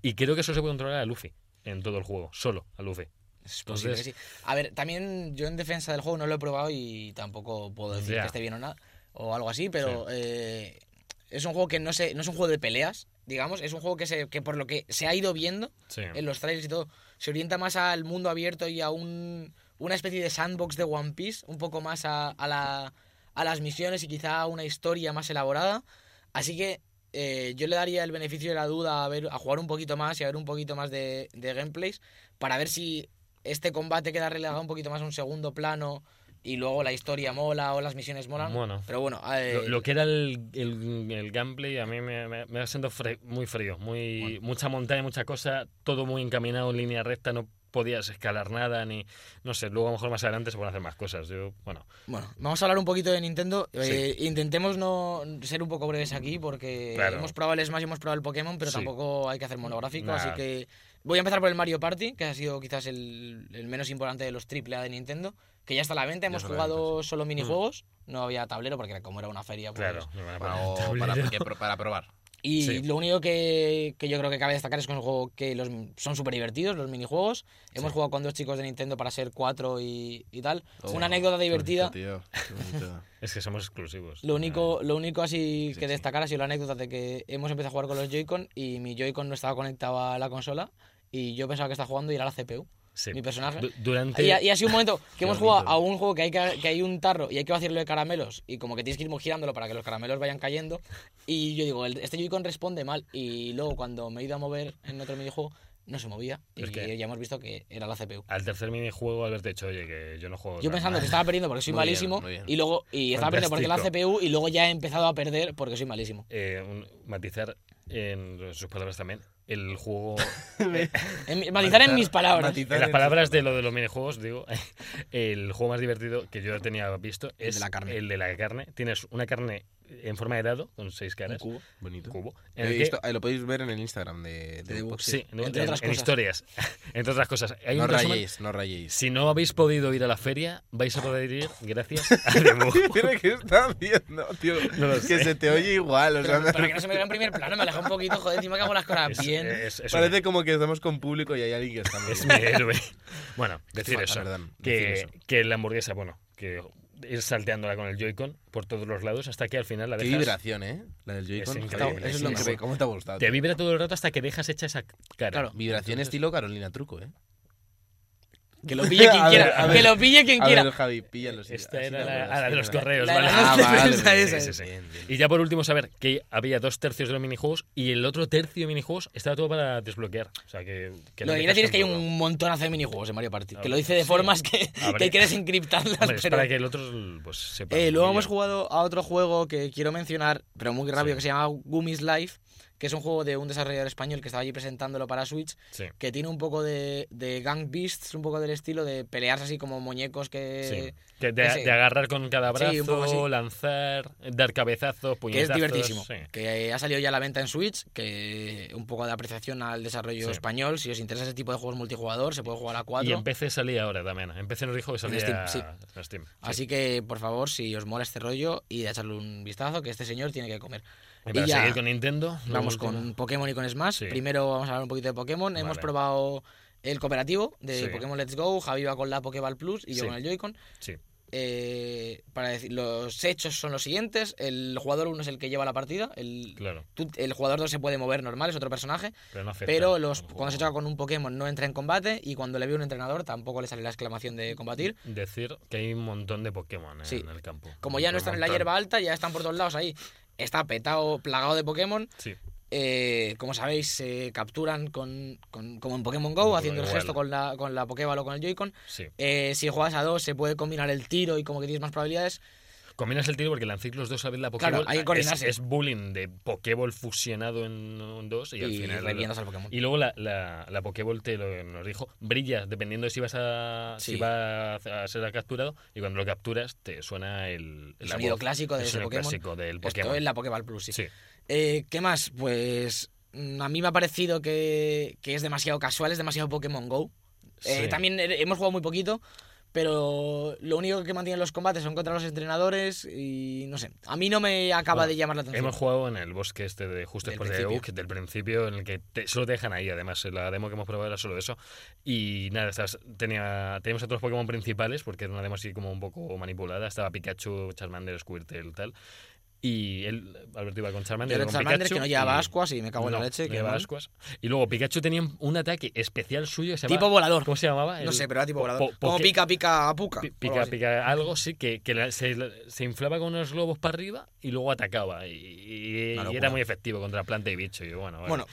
S2: Y creo que eso se puede controlar a Luffy en todo el juego, solo a Luffy.
S4: Es posible que
S2: Entonces-
S4: sí. A ver, también yo en defensa del juego no lo he probado y tampoco puedo decir
S2: Ya.
S4: que esté bien o nada o algo así, pero eh, es un juego que no se, no es un juego de peleas, digamos, es un juego que se, que por lo que se ha ido viendo
S2: Sí.
S4: en los trailers y todo, se orienta más al mundo abierto y a un, una especie de sandbox de One Piece, un poco más a, a la- a las misiones y quizá a una historia más elaborada. Así que eh, yo le daría el beneficio de la duda a, ver, a jugar un poquito más y a ver un poquito más de, de gameplays para ver si este combate queda relegado un poquito más a un segundo plano y luego la historia mola o las misiones molan.
S2: Bueno.
S4: Pero bueno, eh,
S2: Lo, lo que era el, el- el gameplay a mí me, me, me ha sido fre- muy frío, muy mucha montaña, mucha cosa, todo muy encaminado en línea recta, no podías escalar nada ni no sé, luego a lo mejor más adelante se pueden hacer más cosas. Yo, bueno,
S4: Bueno, vamos a hablar un poquito de Nintendo. Eh, intentemos no ser un poco breves aquí porque
S2: Claro.
S4: hemos probado el Smash y hemos probado el Pokémon, pero
S2: Sí.
S4: tampoco hay que hacer monográfico.
S2: Nah.
S4: Así que voy a empezar por el Mario Party, que ha sido quizás el, el menos importante de los AAA de Nintendo, que ya está a la venta. Hemos
S3: está a la
S4: jugado solo minijuegos, no había tablero porque como era una feria, pues,
S2: claro, me van a
S3: Para,
S2: poner el
S3: para-
S2: tablero.
S3: que pro- para probar.
S4: y
S2: Sí.
S4: lo único que, que yo creo que cabe destacar es que es un juego que los, son súper divertidos, los minijuegos. Hemos jugado con dos chicos de Nintendo para ser cuatro y, y tal.
S3: Oh,
S4: Una anécdota divertida.
S3: Tío, qué bonito.
S2: Es que somos exclusivos.
S4: Lo único, lo único así
S3: Sí,
S4: que
S3: sí.
S4: destacar ha sido la anécdota de que hemos empezado a jugar con los Joy-Con y mi Joy-Con no estaba conectado a la consola y yo pensaba que estaba jugando y era la CPU,
S2: Ah, Sí.
S4: mi personaje.
S2: Du- durante
S4: Y, ha- y ha sido un momento que hemos
S3: bonito.
S4: jugado a un juego que hay, que, que hay un tarro y hay que vaciarlo de caramelos y como que tienes que ir girándolo para que los caramelos vayan cayendo y yo digo, "El- este Joy-Con responde mal y luego cuando me he ido a mover en otro minijuego no se movía.
S2: Pero
S4: Y
S2: es que-
S4: ya hemos visto que era la
S3: Pues
S4: CPU.
S2: Al tercer minijuego haberte dicho, oye, que yo no juego.
S4: Yo
S2: nada
S4: pensando
S2: más".
S4: que estaba perdiendo porque soy
S3: Muy bien,
S4: malísimo
S3: muy bien.
S4: y luego y estaba perdiendo porque la
S2: Fantástico.
S4: CPU y luego ya he empezado a perder porque soy malísimo.
S2: Eh, un- matizar en sus palabras también. El juego.
S4: En mi- matizar en mis palabras.
S2: en las palabras de lo de los minijuegos, digo. El juego más divertido que yo tenía visto
S4: El
S2: es
S4: de la carne.
S2: el de la carne. Tienes una carne en forma de dado, con seis
S4: Un
S2: caras.
S4: cubo.
S3: Bonito.
S2: cubo. en
S3: Eh,
S2: el que-
S3: esto, eh, lo podéis ver en el Instagram de, de
S4: De
S3: Upox.
S4: Upox.
S2: sí,
S4: sí,
S2: en-
S4: entre
S2: en,
S4: otras
S2: en
S4: cosas.
S2: historias. entre otras cosas. Hay
S3: No
S2: un resumen-
S3: rayéis, no rayéis.
S2: Si no habéis podido ir a la feria, vais a poder ir gracias a Demo.
S3: Mira, ¿Qué está haciendo, tío?
S2: No lo
S3: Es que
S2: sé.
S3: se te oye igual. O sea,
S4: Pero para que no se me vea en primer plano, me aleja un poquito, joder, encima que hago las cosas
S2: Es-
S4: bien.
S2: es- es
S3: parece como que estamos con público y hay alguien que está muy
S2: Es mi héroe. Bueno, decir
S3: falta,
S2: eso,
S3: perdón,
S2: que,
S3: decir eso.
S2: que la hamburguesa, bueno, que ir salteándola con el Joy-Con por todos los lados hasta que al final la
S3: Qué
S2: dejas...
S3: vibración, ¿eh? La del Joy-Con.
S2: Es
S3: Está-
S2: increíble,
S3: Eso es
S2: sí,
S3: lo
S2: sí.
S3: que ¿Cómo te ha gustado?
S2: Te
S3: tío?
S2: vibra todo el rato hasta que dejas hecha esa cara.
S4: Claro.
S3: Vibración estilo Carolina Truco, ¿eh?
S4: Que lo pille quien
S3: A ver,
S4: quiera.
S3: a ver.
S4: que lo pille quien
S3: A
S4: quiera.
S3: ver, Javi, píllalo. sí,
S2: Esta
S3: así
S2: era
S3: no
S2: la,
S3: verás,
S2: a la de
S3: no
S2: los
S3: verás.
S2: correos,
S4: La de
S2: vale.
S4: los
S3: Ah, vale.
S4: Esa,
S3: bien,
S4: esa,
S3: bien,
S2: esa.
S3: bien, bien.
S2: Y ya por último saber que había dos tercios de los minijuegos y el otro tercio de minijuegos estaba todo para desbloquear. O sea que... que
S4: lo
S2: no
S4: que quiero
S2: metas
S4: decir es que hay
S2: tanto-
S4: un montonazo de minijuegos en Mario Party.
S2: Ah,
S4: Que lo dice de
S2: sí.
S4: formas que,
S2: Habré-
S4: que hay que desencriptarlas.
S2: Hombre, es
S4: pero-
S2: para que el otro pues, sepa.
S4: Eh,
S2: un
S4: luego
S2: poquillo.
S4: hemos jugado a otro juego que quiero mencionar, pero muy rápido,
S2: Sí.
S4: que se llama Gummies Life, que es un juego de un desarrollador español que estaba allí presentándolo para Switch,
S2: Sí.
S4: que tiene un poco de, de Gang Beasts, un poco del estilo de pelearse así como muñecos
S2: Sí.
S4: que...
S2: Que de,
S4: eh, ese.
S2: de agarrar con cada brazo,
S4: Sí, un poco así.
S2: lanzar, dar cabezazos,
S4: que es
S2: puñetazos.
S4: divertísimo.
S2: sí.
S4: Que ha salido ya a la venta en Switch, que un poco de apreciación al desarrollo
S2: Sí.
S4: español. Si os interesa ese tipo de juegos multijugador, se puede jugar a
S2: Y
S4: 4.
S2: en PC salía ahora también. En PC nos dijo que salía
S4: Steam, sí.
S2: en Steam. Sí.
S4: Así que, por favor, si os mola este rollo, y de echarle un vistazo, que este señor tiene que comer.
S2: Y para
S4: y ya-
S2: seguir con Nintendo, lo
S4: Vamos
S2: último.
S4: con Pokémon y con Smash.
S2: Sí.
S4: Primero vamos a hablar un poquito de Pokémon. Hemos
S2: Vale.
S4: probado el cooperativo de
S2: Sí.
S4: Pokémon Let's Go. Javi va con la Pokéball Plus y yo
S2: Sí.
S4: con el Joy-Con.
S2: Sí.
S4: Eh, para decir, los hechos son los siguientes. El jugador 1 es el que lleva la partida. El,
S2: Claro,
S4: tú- el jugador 2 se puede mover normal, es otro personaje.
S2: pero no afecta
S4: Pero
S2: al
S4: los,
S2: juego.
S4: cuando se choca con un Pokémon no entra en combate y cuando le ve un entrenador tampoco le sale la exclamación de combatir.
S2: Decir que hay un montón de Pokémon en
S4: Sí.
S2: el campo.
S4: Como ya no
S2: Un
S4: están en la
S2: montón.
S4: hierba alta, ya están por todos lados ahí. Está petado, plagado de Pokémon.
S2: Sí,
S4: Eh, como sabéis, se capturan con, con- como en Pokémon
S2: Como
S4: Go, haciendo el
S2: igual.
S4: gesto con la, con la Pokéball o con el Joy-Con.
S2: sí.
S4: Eh, si juegas a dos, se puede combinar el tiro y como que tienes más probabilidades.
S2: Combinas el tiro porque lanzar los dos a ver la Pokéball.
S4: hay que
S2: es,
S4: coordinarse.
S2: es bullying de Pokéball fusionado en un dos y,
S4: Y,
S2: al final.
S4: revientas al Pokémon.
S2: Y luego la, la, la Pokéball te lo, nos dijo, brilla dependiendo de si vas a, si
S4: Sí.
S2: va a a ser capturado y cuando lo capturas te suena el,
S4: el
S2: la
S4: sonido
S2: voz,
S4: clásico de
S2: el
S4: ese
S2: sonido
S4: Pokémon.
S2: clásico del
S4: Esto
S2: Pokémon.
S4: es la Pokéball Plus, sí.
S2: Sí,
S4: Eh, ¿Qué más? Pues mm, a mí me ha parecido que, que es demasiado casual, es demasiado Pokémon Go. Eh,
S2: Sí.
S4: También he- hemos jugado muy poquito, pero lo único que mantienen los combates son contra los entrenadores y no sé. A mí no me acaba
S2: Bueno,
S4: de llamar la atención.
S2: Hemos jugado en el bosque este de justo
S4: Del
S2: después de
S4: principio.
S2: Euk, del principio, en el que te- solo te dejan ahí, además. en La demo que hemos probado era solo eso. Y nada, estabas- tenía, teníamos a todos los Pokémon principales, porque era una demo así como un poco manipulada. Estaba Pikachu, Charmander, Squirtle, tal. Y él, Alberto iba con
S4: Yo
S2: Charmander.
S4: era
S2: con
S4: Charmander
S2: Pikachu,
S4: que no llevaba
S2: y-
S4: ascuas y me cago en
S2: no,
S4: la leche.
S2: no
S4: que
S2: llevaba
S4: mal.
S2: ascuas. Y luego Pikachu tenía un ataque especial suyo que se
S4: Tipo
S2: llamaba-
S4: volador.
S2: ¿Cómo se llamaba?
S4: No
S2: El-
S4: sé, pero era tipo
S2: po-
S4: volador.
S2: po-
S4: Como
S2: poke-
S4: pica, pica, puca.
S2: Pi-
S4: o algo
S2: Pica,
S4: así.
S2: pica, algo sí, que, que la- se, se inflaba con unos globos para arriba y luego atacaba. Y, y-
S4: Una
S2: y
S4: locura.
S2: era muy efectivo contra planta y bicho. Y yo, bueno, vale.
S4: Bueno,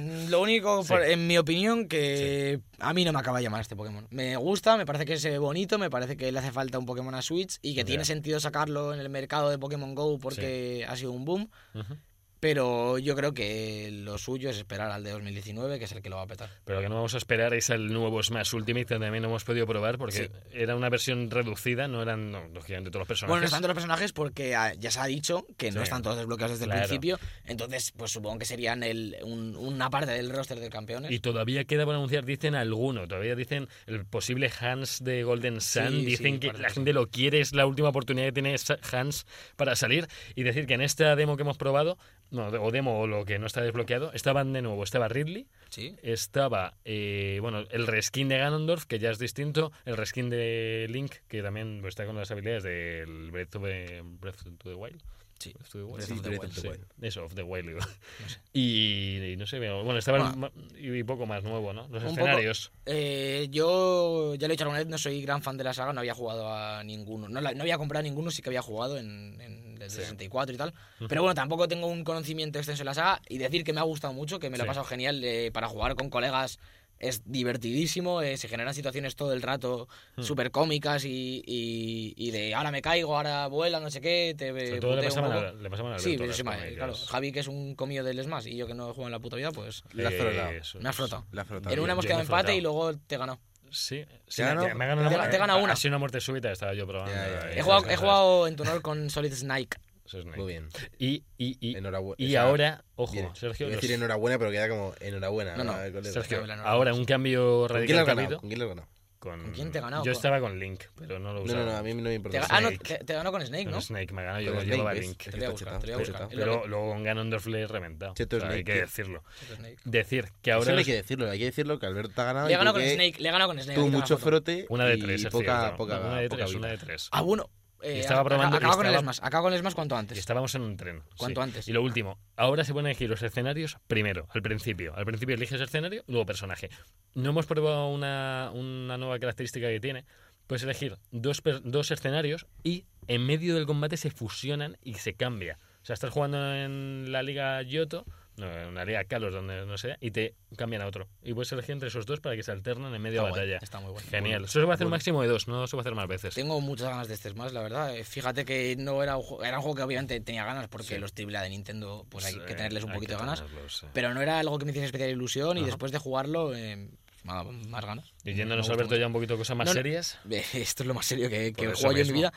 S4: mm, lo único,
S2: Sí.
S4: por- en mi opinión, que a mí no me acaba de llamar este Pokémon. Me gusta, me parece que se ve bonito, me parece que le hace falta un Pokémon a Switch y que
S2: Ya.
S4: tiene sentido sacarlo en el mercado de Pokémon Go porque ha sido un boom.
S2: Ujú.
S4: Pero yo creo que lo suyo es esperar al de 2019, que es el que lo va a petar.
S2: Pero lo que no vamos a esperar es el nuevo Smash Ultimate, que también no hemos podido probar porque
S4: Sí.
S2: era una versión reducida, no eran, no, lógicamente, todos los personajes.
S4: Bueno, no están todos los personajes porque ah, ya se ha dicho que no
S2: Sí.
S4: están todos desbloqueados desde
S2: Claro.
S4: el principio. Entonces, pues supongo que serían el, un- una parte del roster de campeones.
S2: Y todavía queda por anunciar, dicen alguno, todavía dicen el posible Hans de Golden Sun,
S4: Sí,
S2: dicen
S4: sí,
S2: que
S4: parece
S2: la
S4: que
S2: gente lo quiere, es la última oportunidad que tiene Sa- Hans para salir y decir que en esta demo que hemos probado, no, o demo o lo que no está desbloqueado, estaban de nuevo, estaba Ridley,
S4: Sí.
S2: estaba, eh, bueno, el reskin de Ganondorf, que ya es distinto, el reskin de Link, que también pues, está con las habilidades del Breath of the, Breath of the Wild,
S4: Sí.
S2: Estuvo guay.
S4: Breath of the
S3: Breath
S4: Wild.
S3: of the
S2: Sí,
S3: Wild.
S2: Eso, of the Wild, digo. Y, y no sé, pero bueno, estaba el
S4: Bueno.
S2: ma- y poco más nuevo, ¿no? Los
S4: Ah. Un poco-
S2: escenarios.
S4: Eh, yo ya lo he dicho alguna vez, no soy gran fan de la saga, no había jugado a ninguno. No, la- no había comprado ninguno, sí que había jugado en, en el
S2: Sí.
S4: 64 y tal. Pero bueno, tampoco tengo un conocimiento extenso de la saga y decir que me ha gustado mucho, que me lo he
S2: Sí.
S4: pasado genial eh, para jugar con colegas. Es divertidísimo, eh, se generan situaciones todo el rato
S2: Hmm.
S4: súper cómicas y, y- y de ahora me caigo, ahora vuela, no sé qué, te
S2: Sobre todo le
S4: puteo eh, un
S2: pasaban,
S4: poco.
S2: a, le pasaban a
S4: Sí,
S2: Alberto
S4: pero
S2: las
S4: sí, madre, claro,
S2: crónicas.
S4: Javi que es un comido del Smash y yo que no he jugado en la puta vida, pues
S3: La has
S2: Eh,
S3: frotado.
S2: eso
S4: me has
S2: es.
S4: frotado.
S3: La has frotado.
S4: En una
S2: Yo-
S4: hemos
S2: yo
S4: quedado
S2: me he
S4: empate y
S2: frotado.
S4: luego te ganó.
S2: Sí, sí,
S3: ganado?
S2: me, me ha ganado
S4: Te-
S2: una-
S4: te gana
S2: ha-
S4: una.
S2: Ha sido una muerte súbita, estaba yo probando.
S3: Ya, ya, ya.
S2: ahí,
S4: He jugado,
S2: esas
S4: he
S2: cosas.
S4: jugado en tu honor con Solid Snake.
S2: Eso es nice.
S3: Muy bien.
S2: Y, y, y,
S3: Enhorabuena.
S2: y
S3: O sea,
S2: ahora, ojo,
S3: bien.
S2: Sergio.
S3: Iba a decir
S2: los-
S3: enhorabuena, pero queda como enhorabuena.
S4: No, no,
S3: Con el-
S2: Sergio,
S4: Enhorabuena,
S2: ahora un cambio
S3: ¿Con quién le
S2: radical
S3: has ganado?
S2: rápido
S3: ¿Con quién le has ganado?
S2: con-
S4: ¿Con quién te ha ganado?
S2: Yo
S4: Con-
S2: estaba con Link, pero no lo
S3: No,
S2: usaba.
S3: no, no, a mí no me
S4: Te,
S3: importa.
S4: ga-
S2: Snake.
S4: ah, no, te, te ganó con Snake,
S2: Con
S4: ¿no?
S2: Snake me ha ganado,
S3: Con
S2: yo
S3: Snake,
S2: llevaba
S3: ¿ves?
S2: Link.
S3: Es
S4: Te voy a buscar, te voy a
S3: Está
S4: buscar.
S3: chetado.
S4: Es lo
S2: Pero luego con Ganondorf le he reventado.
S3: Cheto
S2: O sea, hay
S3: Snake,
S2: que
S3: tío.
S2: decirlo.
S4: que- Snake.
S2: Decir que
S3: Eso
S2: ahora
S3: no hay
S2: los-
S3: que decirlo, hay que decirlo que Alberto ha
S2: Ah,
S3: ganado.
S4: Le he
S3: y
S4: ganado
S3: tú
S4: con
S3: que
S4: Snake, le he ganado con Snake.
S3: Tuvo
S4: ahí está la
S3: mucho
S4: foto.
S3: frote
S2: una de
S3: y
S2: tres, es
S3: poca,
S2: cierto.
S3: poca,
S2: una de
S3: poca
S2: tres,
S3: vida.
S2: una de tres.
S4: Ah, bueno. eh,
S2: estaba
S4: acá-
S2: probando-
S4: Acaba con el
S2: estaba-
S4: Smash. Acaba con el Smash cuanto
S2: Y
S4: antes.
S2: estábamos en un tren.
S4: Cuanto antes.
S2: Y lo último, ahora se ponen aquí los escenarios primero, al principio. Al principio eliges escenario, luego personaje. No hemos probado una, una nueva característica que tiene. Puedes elegir dos, per- dos escenarios y en medio del combate se fusionan y se cambia. O sea, estás jugando en la liga Yoto, no, en la liga Kalos, donde no sea, y te cambian a otro. Y puedes elegir entre esos dos para que se alternen en medio
S4: Está
S2: de
S4: guay,
S2: batalla.
S4: está muy guay.
S2: Genial.
S4: Ah, Bueno,
S2: Eso se va a hacer un máximo de dos, no se va a hacer más veces.
S4: Tengo muchas ganas de este Smash, la verdad. Eh, Fíjate que no era un juego, era un juego que obviamente tenía ganas porque los AAA de Nintendo, pues hay que
S2: Sí,
S4: tenerles un
S2: hay
S4: poquito
S2: que
S4: de ganas.
S2: tenerlos, sí.
S4: Pero no era algo que me hiciese especial ilusión y
S2: Ajá.
S4: después de jugarlo, eh, pues me ha dado más ganas.
S2: Y
S4: Me
S2: yéndonos,
S4: gusta
S2: Alberto,
S4: mucho.
S2: ya un poquito cosas más
S4: No, no.
S2: serias.
S4: Eh, Esto es lo más serio que, que
S2: Por
S4: he
S2: eso
S4: jugado yo en mi
S2: mismo.
S4: vida.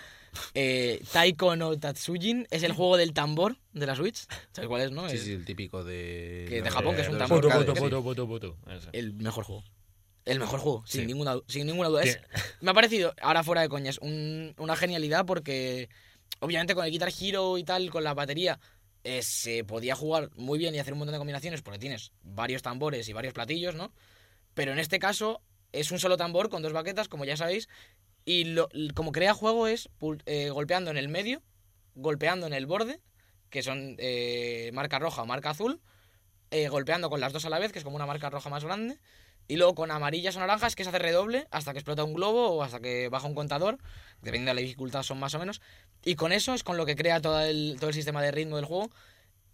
S4: Eh, Taiko no Tatsujin es el juego del tambor de la Switch. ¿Sabes cuál es, no?
S3: Sí,
S4: Es
S3: sí, el típico de.
S4: Que de
S3: no,
S4: Japón, que es un
S3: de-
S4: tambor.
S2: Poto,
S3: arcades,
S2: poto,
S3: sí.
S2: poto, poto, poto. Ese.
S4: El mejor juego. El mejor juego, sin,
S2: Sí.
S4: ninguna, du- sin ninguna duda. Es-
S2: Que-
S4: me ha parecido, ahora fuera de coñas, un- una genialidad porque, obviamente, con el Guitar Hero y tal, con la batería, eh, se podía jugar muy bien y hacer un montón de combinaciones porque tienes varios tambores y varios platillos, ¿no? Pero en este caso es un solo tambor con dos baquetas, como ya sabéis, y lo- l- como crea juego es pul- eh, golpeando en el medio, golpeando en el borde, que son eh, marca roja, marca azul, eh, golpeando con las dos a la vez, que es como una marca roja más grande, y luego con amarillas o naranjas, que es hacer redoble hasta que explota un globo o hasta que baja un contador, dependiendo de la dificultad son más o menos, y con eso es con lo que crea todo el, todo el sistema de ritmo del juego.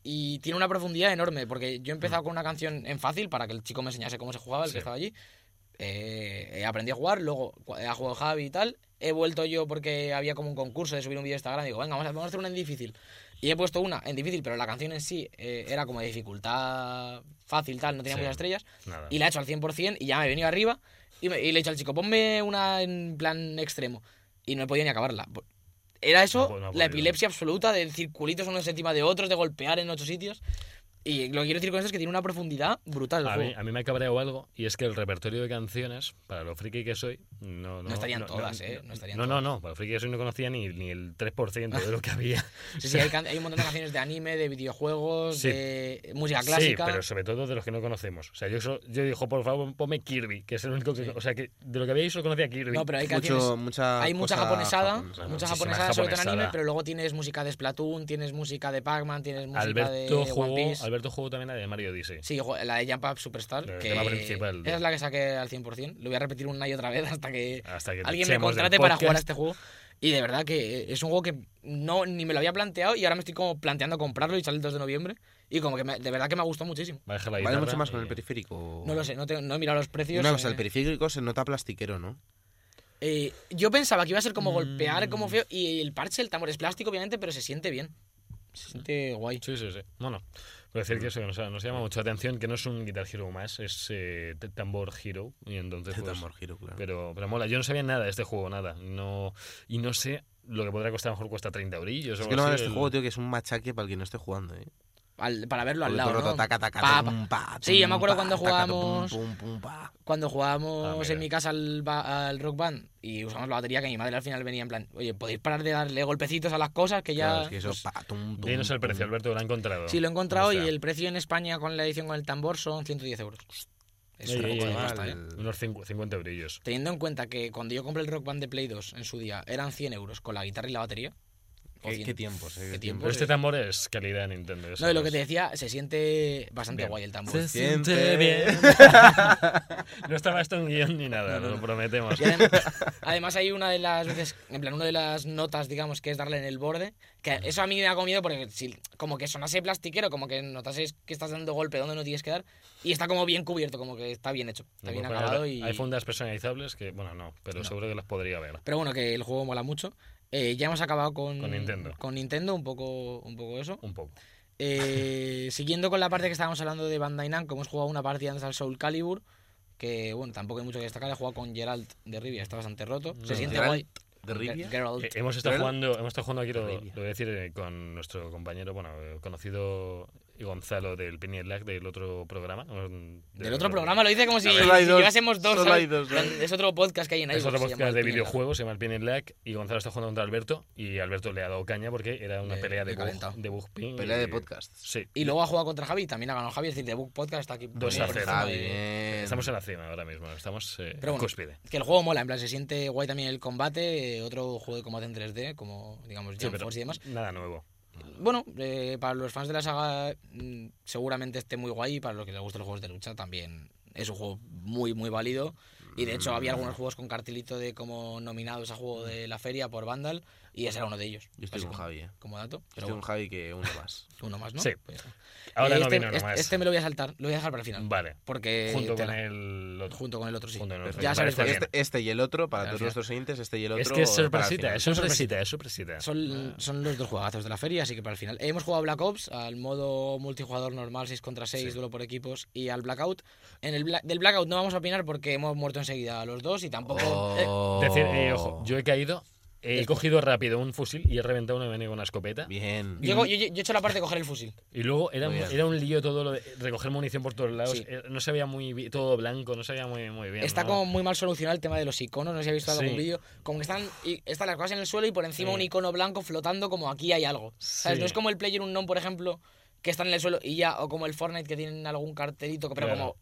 S4: Y tiene una profundidad enorme, porque yo he empezado con una canción en fácil para que el chico me enseñase cómo se jugaba, el
S2: Sí.
S4: que estaba allí. Eh, eh, aprendí a jugar, luego cua- ha jugado Javi y tal. He vuelto yo porque había como un concurso de subir un vídeo a Instagram. Y digo, venga, vamos a, vamos a hacer una en difícil. Y he puesto una en difícil, pero la canción en sí eh, era como de dificultad fácil, tal, no tenía
S2: Sí.
S4: muchas estrellas.
S2: Nada.
S4: Y la he hecho al 100% y ya me he venido arriba. Y, me- y le he dicho al chico, ponme una en plan extremo. Y no he podido ni acabarla. Era eso,
S2: No, no ha
S4: la
S2: podido.
S4: epilepsia absoluta de circulitos unos encima de otros, de golpear en ocho sitios. Y lo que quiero decir con esto es que tiene una profundidad brutal el
S2: A
S4: juego.
S2: mí, a mí me ha cabreado algo y es que el repertorio de canciones, para lo friki que soy, no, no,
S4: No estarían todas, ¿eh? No estarían
S2: no, no, no, para lo friki que soy no conocía ni, ni el 3% de lo que había.
S4: Sí, sí, hay, can- hay un montón de canciones de anime, de videojuegos,
S2: Sí.
S4: de música
S2: Sí,
S4: clásica.
S2: pero sobre todo de los que no conocemos. O sea, yo, so- yo dijo, por favor, ponme Kirby, que es el único que... O sea, que de lo que había yo solo conocía Kirby.
S4: No, pero hay canciones.
S3: Mucho, mucha
S4: hay mucha
S3: cosa
S4: japonesada,
S3: japonesa, ¿no?
S4: mucha
S2: Muchísima
S4: japonesada, sobre todo en anime,
S2: japonesada.
S4: pero luego tienes música de Splatoon, tienes música de Pac-Man, tienes música
S2: Alberto,
S4: de One
S2: jugó,
S4: Piece.
S2: Alberto jugó también la de Mario Odyssey.
S4: Sí, jo- la de Jump Up Superstar,
S2: El
S4: que
S2: tema principal,
S4: esa
S2: ¿no?
S4: es la que saqué al 100%. Lo voy a repetir una y otra vez hasta que
S2: Hasta que te
S4: alguien me
S2: echemos del
S4: contrate para
S2: podcast.
S4: jugar a este juego. Y de verdad que es un juego que no ni me lo había planteado y ahora me estoy como planteando comprarlo y sale el 2 de noviembre. Y como que me- de verdad que me ha gustado muchísimo.
S2: Va a dejar la
S3: ¿Vale
S2: guitarra
S3: mucho más con
S2: y-
S3: el periférico?
S4: No lo sé, no, tengo- no he mirado los precios.
S3: Una cosa,
S4: eh,
S3: el periférico se nota plastiquero, ¿no?
S4: eh, yo pensaba que iba a ser como golpear,
S3: Mm.
S4: como feo. Y el parche, el tambor es plástico, obviamente, pero se siente bien. Se siente guay.
S2: Sí, sí, sí. Bueno, por decir que eso que nos, nos llama mucho la atención, que no es un Guitar Hero más, es eh, t- Tambor Hero. Y entonces, pues,
S3: Tambor giro, claro.
S2: pero, pero mola, yo no sabía nada de este juego, nada. No, y no sé lo que podrá costar, a lo mejor cuesta 30 eurillos. o
S3: Es
S2: algo
S3: que lo malo de
S2: así,
S3: este
S2: el-
S3: juego, tío, que es un machaque para el que no esté jugando, ¿eh?
S4: Al- para verlo al
S3: Porque todo
S4: lado.
S3: el rato
S4: ¿no?
S3: taca, taca,
S4: Pa, pa.
S3: tum, pa,
S4: Sí, yo me
S3: tum,
S4: acuerdo
S3: pa,
S4: cuando
S3: taca, tum,
S4: jugábamos-
S3: pum, pum, pa.
S4: cuando
S2: Ah,
S4: jugábamos
S2: mira.
S4: en mi casa al, ba- al Rock Band y usamos la batería que mi madre al final venía en plan, oye, podéis parar de darle golpecitos a las cosas que ya...
S3: Claro, es que eso,
S4: pues,
S3: pa, tum, tum,
S2: Dinos el
S3: tum.
S2: precio, Alberto, lo ha encontrado.
S4: sí, lo he encontrado
S2: ¿Dónde
S4: y
S2: está?
S4: el precio en España con la edición con el tambor son 110 euros. Es
S2: Ey,
S4: una
S2: ey,
S4: poca
S2: ey,
S3: mal,
S4: pasta,
S2: ey,
S4: ¿eh?
S2: Unos cincu- 50 eurillos.
S4: Teniendo en cuenta que cuando yo compré el Rock Band de Play 2 en su día eran 100 euros con la guitarra y la batería,
S3: Qué,
S4: cien-
S3: qué tiempos, eh,
S4: qué
S2: Pero
S3: qué
S4: tiempos.
S3: tiempos.
S2: este tambor es calidad Nintendo. eso
S4: No, y lo que
S2: es.
S4: te decía, se siente bastante
S2: Bien.
S4: guay el tambor.
S2: Se siente
S3: siente
S2: bien. no estaba esto en guión ni nada, lo prometemos.
S4: Y adem- además hay una de las veces, en plan, una de las notas, digamos, que es darle en el borde, que eso a mí me ha comido porque si, como que sonase plastiquero, como que notases que estás dando golpe donde no tienes que dar, y está como bien cubierto, como que está bien hecho, está bien
S2: Después, pues,
S4: acabado
S2: ahora
S4: y...
S2: Hay fundas personalizables que, bueno, no, pero seguro que las podría ver.
S4: Pero bueno, que el juego mola mucho. Eh, ya hemos acabado con,
S2: Con Nintendo.
S4: con Nintendo, un poco, un poco eso.
S2: Un poco.
S4: Eh, siguiendo con la parte que estábamos hablando de Bandai Namco, hemos jugado una partida antes al Soul Calibur, que bueno, tampoco hay mucho que destacar, he jugado con Geralt de Rivia, está bastante roto. Se
S2: No,
S4: siente
S3: Geralt
S4: guay.
S3: de Rivia.
S4: Ge- Geralt.
S2: Eh, hemos, estado
S3: Pero-
S2: jugando, hemos estado jugando aquí, lo,
S3: Terrible.
S2: lo voy a decir, eh, con nuestro compañero, bueno, eh, conocido Gonzalo del Pini Lag del otro programa. ¿no? De-
S4: Del otro programa lo dice como si,
S3: Solo hay
S4: si
S3: dos,
S4: llevásemos dos.
S3: solo
S4: ¿sabes?
S3: hay dos, ¿sabes?
S4: Es otro podcast que hay en ahí.
S2: Es otro podcast de videojuegos, se llama el Pin and Lag, y Gonzalo está jugando contra Alberto, y Alberto le ha dado caña porque era una
S4: Le-
S2: pelea
S4: le
S2: de
S4: he calentado.
S2: bug, de bug ping.
S3: Pelea de
S2: y-
S3: podcasts.
S2: Sí.
S4: Y luego ha jugado contra Javi, también ha ganado Javi, es decir, The Book Podcast está aquí.
S2: Dos
S4: por
S2: a cero.
S4: encima
S3: Ah,
S4: de-
S3: bien.
S2: Estamos en la cima ahora mismo, estamos eh,
S4: Pero bueno.
S2: cúspide.
S4: Que el juego mola, en plan, se siente guay también el combate, eh, otro juego de combate en 3D, como digamos
S2: Sí,
S4: Jump
S2: pero
S4: Force y demás.
S2: nada nuevo.
S4: Bueno, eh, para los fans de la saga mm, seguramente esté muy guay y para los que les gustan los juegos de lucha también es un juego muy, muy válido. Y de hecho había
S3: Mm.
S4: algunos juegos con cartelito de como nominados a juego de la feria por Vandal y ese era uno de ellos.
S3: Yo estoy
S4: así
S3: con
S4: como-
S3: Javi, eh.
S4: Como dato.
S3: Yo
S4: Pero
S3: Estoy con
S4: bueno,
S3: Javi que uno más.
S4: uno más, ¿no?
S2: Sí.
S4: Pues ya está.
S2: Ahora
S4: Eh,
S2: no
S4: este,
S2: vino
S4: este-
S2: nomás.
S4: este me lo voy a saltar, lo voy a dejar para el final.
S2: Vale.
S4: Porque
S2: junto con
S4: tela.
S2: el otro.
S4: junto con el otro, sí.
S2: Junto con el otro.
S4: ya
S2: Me parece
S4: sabes cuál es.
S2: bien.
S3: Este, este y el otro, para
S4: Gracias.
S3: todos nuestros oyentes, este y el otro.
S2: Es que es
S3: para el
S2: sorpresita,
S3: final.
S2: es sorpresita, es sorpresita.
S4: Son,
S2: Ah.
S4: son los dos juegazos de la feria, así que para el final. Hemos jugado a Black Ops, al modo multijugador normal, 6 contra 6, duelo por equipos, y al Blackout. En el Bla- del Blackout no vamos a opinar porque hemos muerto enseguida los dos y tampoco... eh,
S3: Oh.
S2: Decir, eh, ojo, yo he caído, he
S4: Esto.
S2: cogido rápido un fusil y he reventado una venido con una escopeta.
S3: Bien.
S4: llego- yo, yo- yo he hecho la parte de coger el fusil.
S2: Y luego era,
S3: Muy
S2: un-
S3: bien.
S2: era un lío todo lo de recoger munición por todos lados.
S4: Sí.
S2: eh, No se veía muy bien, todo blanco, no se veía muy, muy bien.
S4: Está
S2: ¿no?
S4: como muy mal solucionado el tema de los iconos, no sé si habéis visto algún
S2: Sí.
S4: vídeo. Como que están, y- están las cosas en el suelo y por encima
S2: Sí.
S4: un icono blanco flotando como aquí hay algo. ¿Sabes?
S2: Sí.
S4: No es como el Player Unknown, por ejemplo, que están en el suelo y ya, o como el Fortnite que tienen algún cartelito, que- pero
S2: Claro.
S4: como,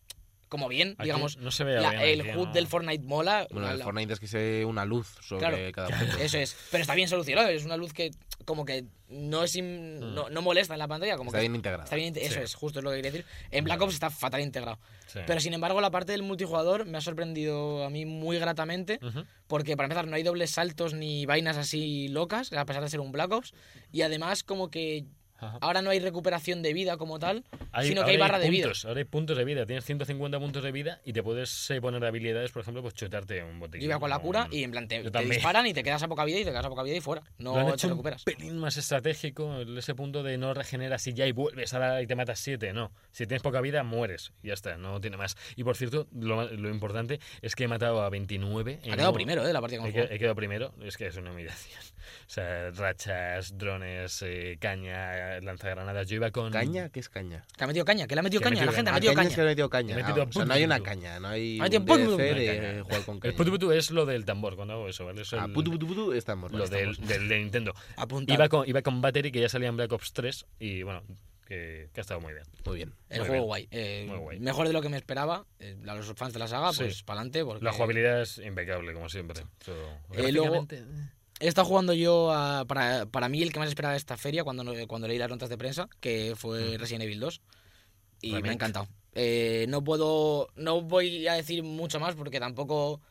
S4: como bien,
S2: Aquí
S4: digamos.
S2: no se veía
S4: la-
S2: bien
S4: el
S2: aquí,
S4: HUD
S2: ¿no?
S4: del Fortnite mola.
S3: Bueno,
S4: la-
S3: el
S4: la-
S3: Fortnite es que se ve una luz sobre
S4: Claro.
S3: cada objeto.
S4: Eso es. Pero está bien solucionado. Es una luz que como que no es im-
S2: Mm.
S4: no, no molesta en la pantalla. Como
S3: Está
S4: que
S3: bien integrado.
S4: Está bien, inte- eso
S2: Sí.
S4: es, justo es lo que quería decir. En Black Ops está fatal integrado.
S2: Sí.
S4: Pero sin embargo, la parte del multijugador me ha sorprendido a mí muy gratamente.
S2: Ujú.
S4: Porque para empezar, no hay dobles saltos ni vainas así locas, a pesar de ser un Black Ops. Y además, como que
S2: Ajá.
S4: ahora no hay recuperación de vida como tal, sino que
S2: ahora
S4: hay barra de vida.
S2: puntos, Ahora hay puntos de vida, tienes 150 puntos de vida y te puedes eh, poner habilidades, por ejemplo, pues chutarte un botiquín.
S4: Yo iba con la
S2: o
S4: cura
S2: un-
S4: y en plan te,
S2: Yo
S4: te
S2: también.
S4: disparan y te quedas a poca vida y te quedas a poca vida y fuera.
S2: Lo han
S4: No
S2: hecho
S4: te
S2: un
S4: recuperas.
S2: pelín más estratégico, el- ese punto de no regeneras y ya y vuelves ahora y te matas siete, no. Si tienes poca vida, mueres. y Ya está, no tiene más. Y por cierto, lo, ma- lo importante es que he matado a 29.
S4: Ha quedado primero, ¿eh? La partida con
S2: He,
S4: juego.
S2: que- he quedado primero, es que es una humillación. O sea, rachas, drones, eh, caña, lanzagranadas. Yo iba con.
S3: ¿Caña? ¿Qué es caña?
S4: Que ha metido caña, que le ha metido
S2: Que ha
S4: caña, la
S2: metido
S4: gente ha
S2: caña.
S4: metido
S3: Ah, Es que
S4: caña.
S3: le he metido caña.
S2: Le he
S3: Ah,
S2: metido
S3: o sea, no hay una
S2: putu.
S3: caña, no hay
S4: Ha
S3: un
S4: metido
S3: DLC
S4: putu.
S2: Una
S3: de
S2: caña.
S3: jugar con
S2: El
S3: caña.
S2: putu putu es lo del tambor, cuando hago eso, ¿vale? Es
S3: Ah,
S2: el-
S3: putu putu putu es tambor.
S2: lo
S3: vale,
S2: del,
S3: estamos.
S2: del de Nintendo.
S4: Apunta.
S2: Iba con, iba con Battery, que ya salía en Black Ops 3, y bueno, que, que ha estado muy bien.
S3: Muy bien.
S4: El
S2: Muy
S4: juego
S2: bien.
S4: guay. eh,
S2: Muy guay.
S4: Mejor de lo que me esperaba. eh, a los fans de la saga,
S2: Sí.
S4: pues para adelante. Porque
S2: La jugabilidad es impecable, como siempre. Eso,
S4: Eh, luego-
S2: gráficamente,
S4: he estado jugando yo a- para, para mí el que más esperaba de esta feria cuando, no- cuando leí las notas de prensa, que
S2: Mm.
S4: fue Resident Evil 2. Y me ha
S2: Remake.
S4: encantado. Eh, no puedo. No voy a decir mucho más porque tampoco.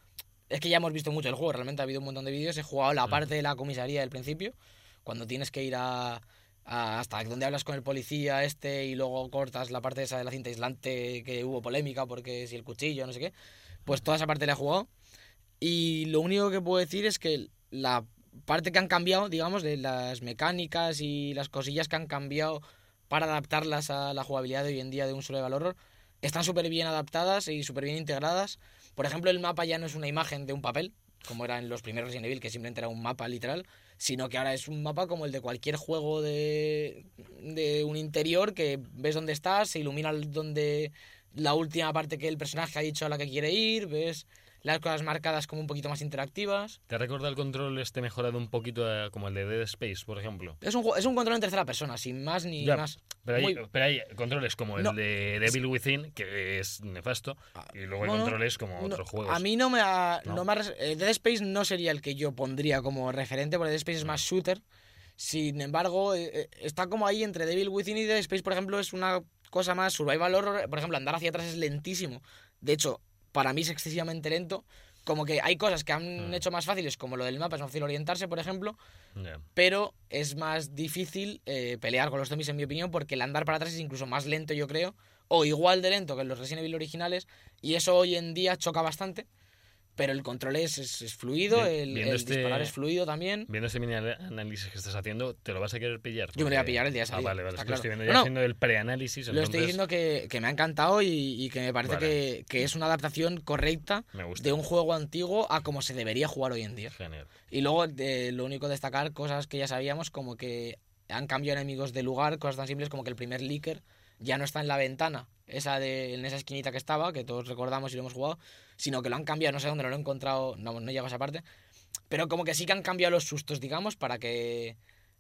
S4: Es que ya hemos visto mucho el juego. Realmente ha habido un montón de vídeos. He jugado la parte de la comisaría del principio. Cuando tienes que ir a. a- hasta donde hablas con el policía este y luego cortas la parte esa de la cinta aislante que hubo polémica porque si el cuchillo, no sé qué. Pues toda esa parte la he jugado. Y lo único que puedo decir es que la parte que han cambiado, digamos, de las mecánicas y las cosillas que han cambiado para adaptarlas a la jugabilidad de hoy en día de un survival horror, están súper bien adaptadas y súper bien integradas. Por ejemplo, el mapa ya no es una imagen de un papel, como era en los primeros Resident Evil, que simplemente era un mapa literal, sino que ahora es un mapa como el de cualquier juego de, de un interior, que ves dónde estás, se ilumina el- donde la última parte que el personaje ha dicho a la que quiere ir, ves las cosas marcadas como un poquito más interactivas.
S2: ¿Te recuerda el control este mejorado un poquito a- como el de Dead Space, por ejemplo?
S4: Es un, ju- es un control en tercera persona, sin más ni
S2: Ya,
S4: más.
S2: Pero hay,
S4: Muy-
S2: pero hay controles como
S4: No. Ah,
S2: el de Devil Within, que es nefasto, y luego hay
S4: no, no,
S2: controles como
S4: no,
S2: otros juegos.
S4: A mí no me ha, no.
S2: No.
S4: me ha res- eh, Dead Space no sería el que yo pondría como referente, porque Dead Space es más shooter. Sin embargo, eh, eh, está como ahí entre Devil Within y Dead Space, por ejemplo, es una cosa más survival horror. Por ejemplo, andar hacia atrás es lentísimo. De hecho, para mí es excesivamente lento. Como que hay cosas que han
S2: Mm.
S4: hecho más fáciles, como lo del mapa, es más fácil orientarse, por ejemplo,
S2: Ya.
S4: pero es más difícil eh, pelear con los zombies, en mi opinión, porque el andar para atrás es incluso más lento, yo creo, o igual de lento que en los Resident Evil originales, y eso hoy en día choca bastante, pero el control es, es- es fluido,
S2: Bien-
S4: el,
S2: viendo
S4: el
S2: este-
S4: disparar es fluido también.
S2: Viendo este mini ana- análisis que estás haciendo, ¿te lo vas a querer pillar?
S4: Yo me lo voy a
S2: Porque-
S4: pillar el día de
S2: Ah,
S4: salida,
S2: vale, vale.
S4: está
S2: es que lo estoy
S4: claro.
S2: viendo ya
S4: No, no.
S2: haciendo el preanálisis.
S4: Lo estoy
S2: entonces
S4: diciendo que, que me ha encantado y, y que me parece
S2: Vale.
S4: que, que es una adaptación correcta
S2: Me gusta.
S4: de un juego antiguo a como se debería jugar hoy en día.
S2: Genial.
S4: Y luego de- lo único destacar cosas que ya sabíamos, como que han cambiado enemigos de lugar, cosas tan simples como que el primer leaker ya no está en la ventana, esa de, en esa esquinita que estaba, que todos recordamos y lo hemos jugado, sino que lo han cambiado, no sé dónde no lo he encontrado, no, no llego a esa parte, pero como que sí que han cambiado los sustos, digamos, para que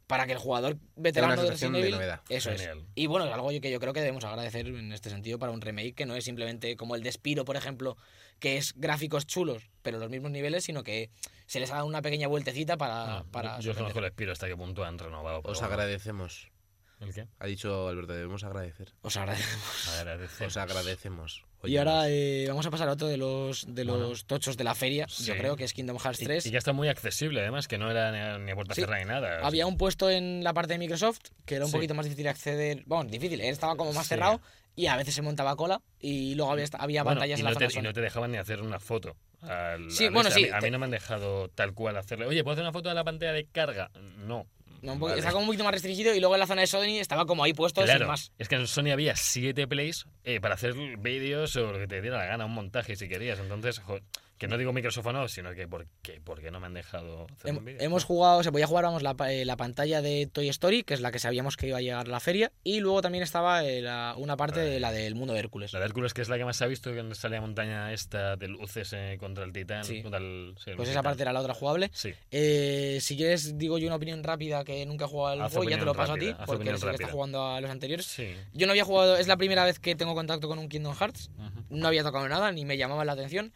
S4: para que el jugador veterano de
S3: sensación
S4: Resident
S3: de
S4: Evil-
S3: novedad.
S4: Eso es.
S2: Genial.
S4: Y bueno, es algo que yo creo que debemos agradecer en este sentido para un remake que no es simplemente como el de Spiro, por ejemplo, que es gráficos chulos, pero los mismos niveles, sino que se les ha dado una pequeña vueltecita para.
S2: Ah,
S4: para
S2: yo
S4: sorprender.
S2: conozco el Espiro hasta qué punto han renovado. pero
S3: Os
S2: bueno.
S3: agradecemos.
S2: ¿El qué?
S3: Ha dicho Alberto, debemos agradecer.
S4: Os agradecemos.
S2: Agradecer.
S3: Os agradecemos.
S4: y ahora
S3: Oye,
S4: eh, vamos a pasar a otro de los, de los
S2: pues. Bueno.
S4: tochos de la feria,
S2: Sí.
S4: yo creo que es Kingdom Hearts
S2: Y-
S4: 3.
S2: Y, ya está muy accesible, además, que no era ni, ni a puerta
S4: Sí.
S2: cerrada ni nada.
S4: Había un puesto en la parte de Microsoft que era un
S2: Sí.
S4: poquito más difícil de acceder. Bueno, difícil, él estaba como más
S2: Sí.
S4: cerrado y a veces se montaba cola y luego había, esta- había
S2: Bueno,
S4: pantallas
S2: y
S4: en la
S2: no,
S4: zona
S2: te, y
S4: Sony.
S2: no te dejaban ni hacer una foto. al-
S4: Sí,
S2: al
S4: bueno,
S2: este. A
S4: sí,
S2: mí- A mí,
S4: te-
S2: no me han dejado tal cual hacerle. Oye, ¿puedo hacer una foto de la pantalla de carga? No.
S4: No, un poco-
S2: Vale.
S4: Está como un poquito más restringido y luego en la zona de Sony estaba como ahí puesto
S2: Claro,
S4: sin más.
S2: es que en Sony había siete plays eh, para hacer vídeos o lo que te diera la gana, un montaje si querías. Entonces, jo, que no digo Microsoft o no, sino que ¿por qué, por qué no me han dejado hacer
S4: Hem-
S2: un vídeo?
S4: hemos jugado, se podía jugar vamos, la, pa- eh, la pantalla de Toy Story, que es la que sabíamos que iba a llegar a la feria, y luego también estaba eh, la- una parte de la del mundo de Hércules.
S2: La de Hércules, que es la que más se ha visto, que donde sale la montaña esta de luces eh, contra el Titán.
S4: Sí.
S2: contra el- sí, el
S4: Pues esa
S2: Titán.
S4: parte era la otra jugable.
S2: Sí.
S4: Eh, si quieres, digo yo una opinión rápida que nunca he jugado al
S2: Haz
S4: juego, y ya te lo
S2: opinión
S4: paso
S2: rápida,
S4: a ti,
S2: haz
S4: porque
S2: opinión
S4: eres el que está
S2: rápida.
S4: jugando a los anteriores.
S2: Sí.
S4: Yo no había jugado, es la primera vez que tengo contacto con un Kingdom Hearts,
S2: Ujú.
S4: no había tocado nada, ni me llamaba la atención.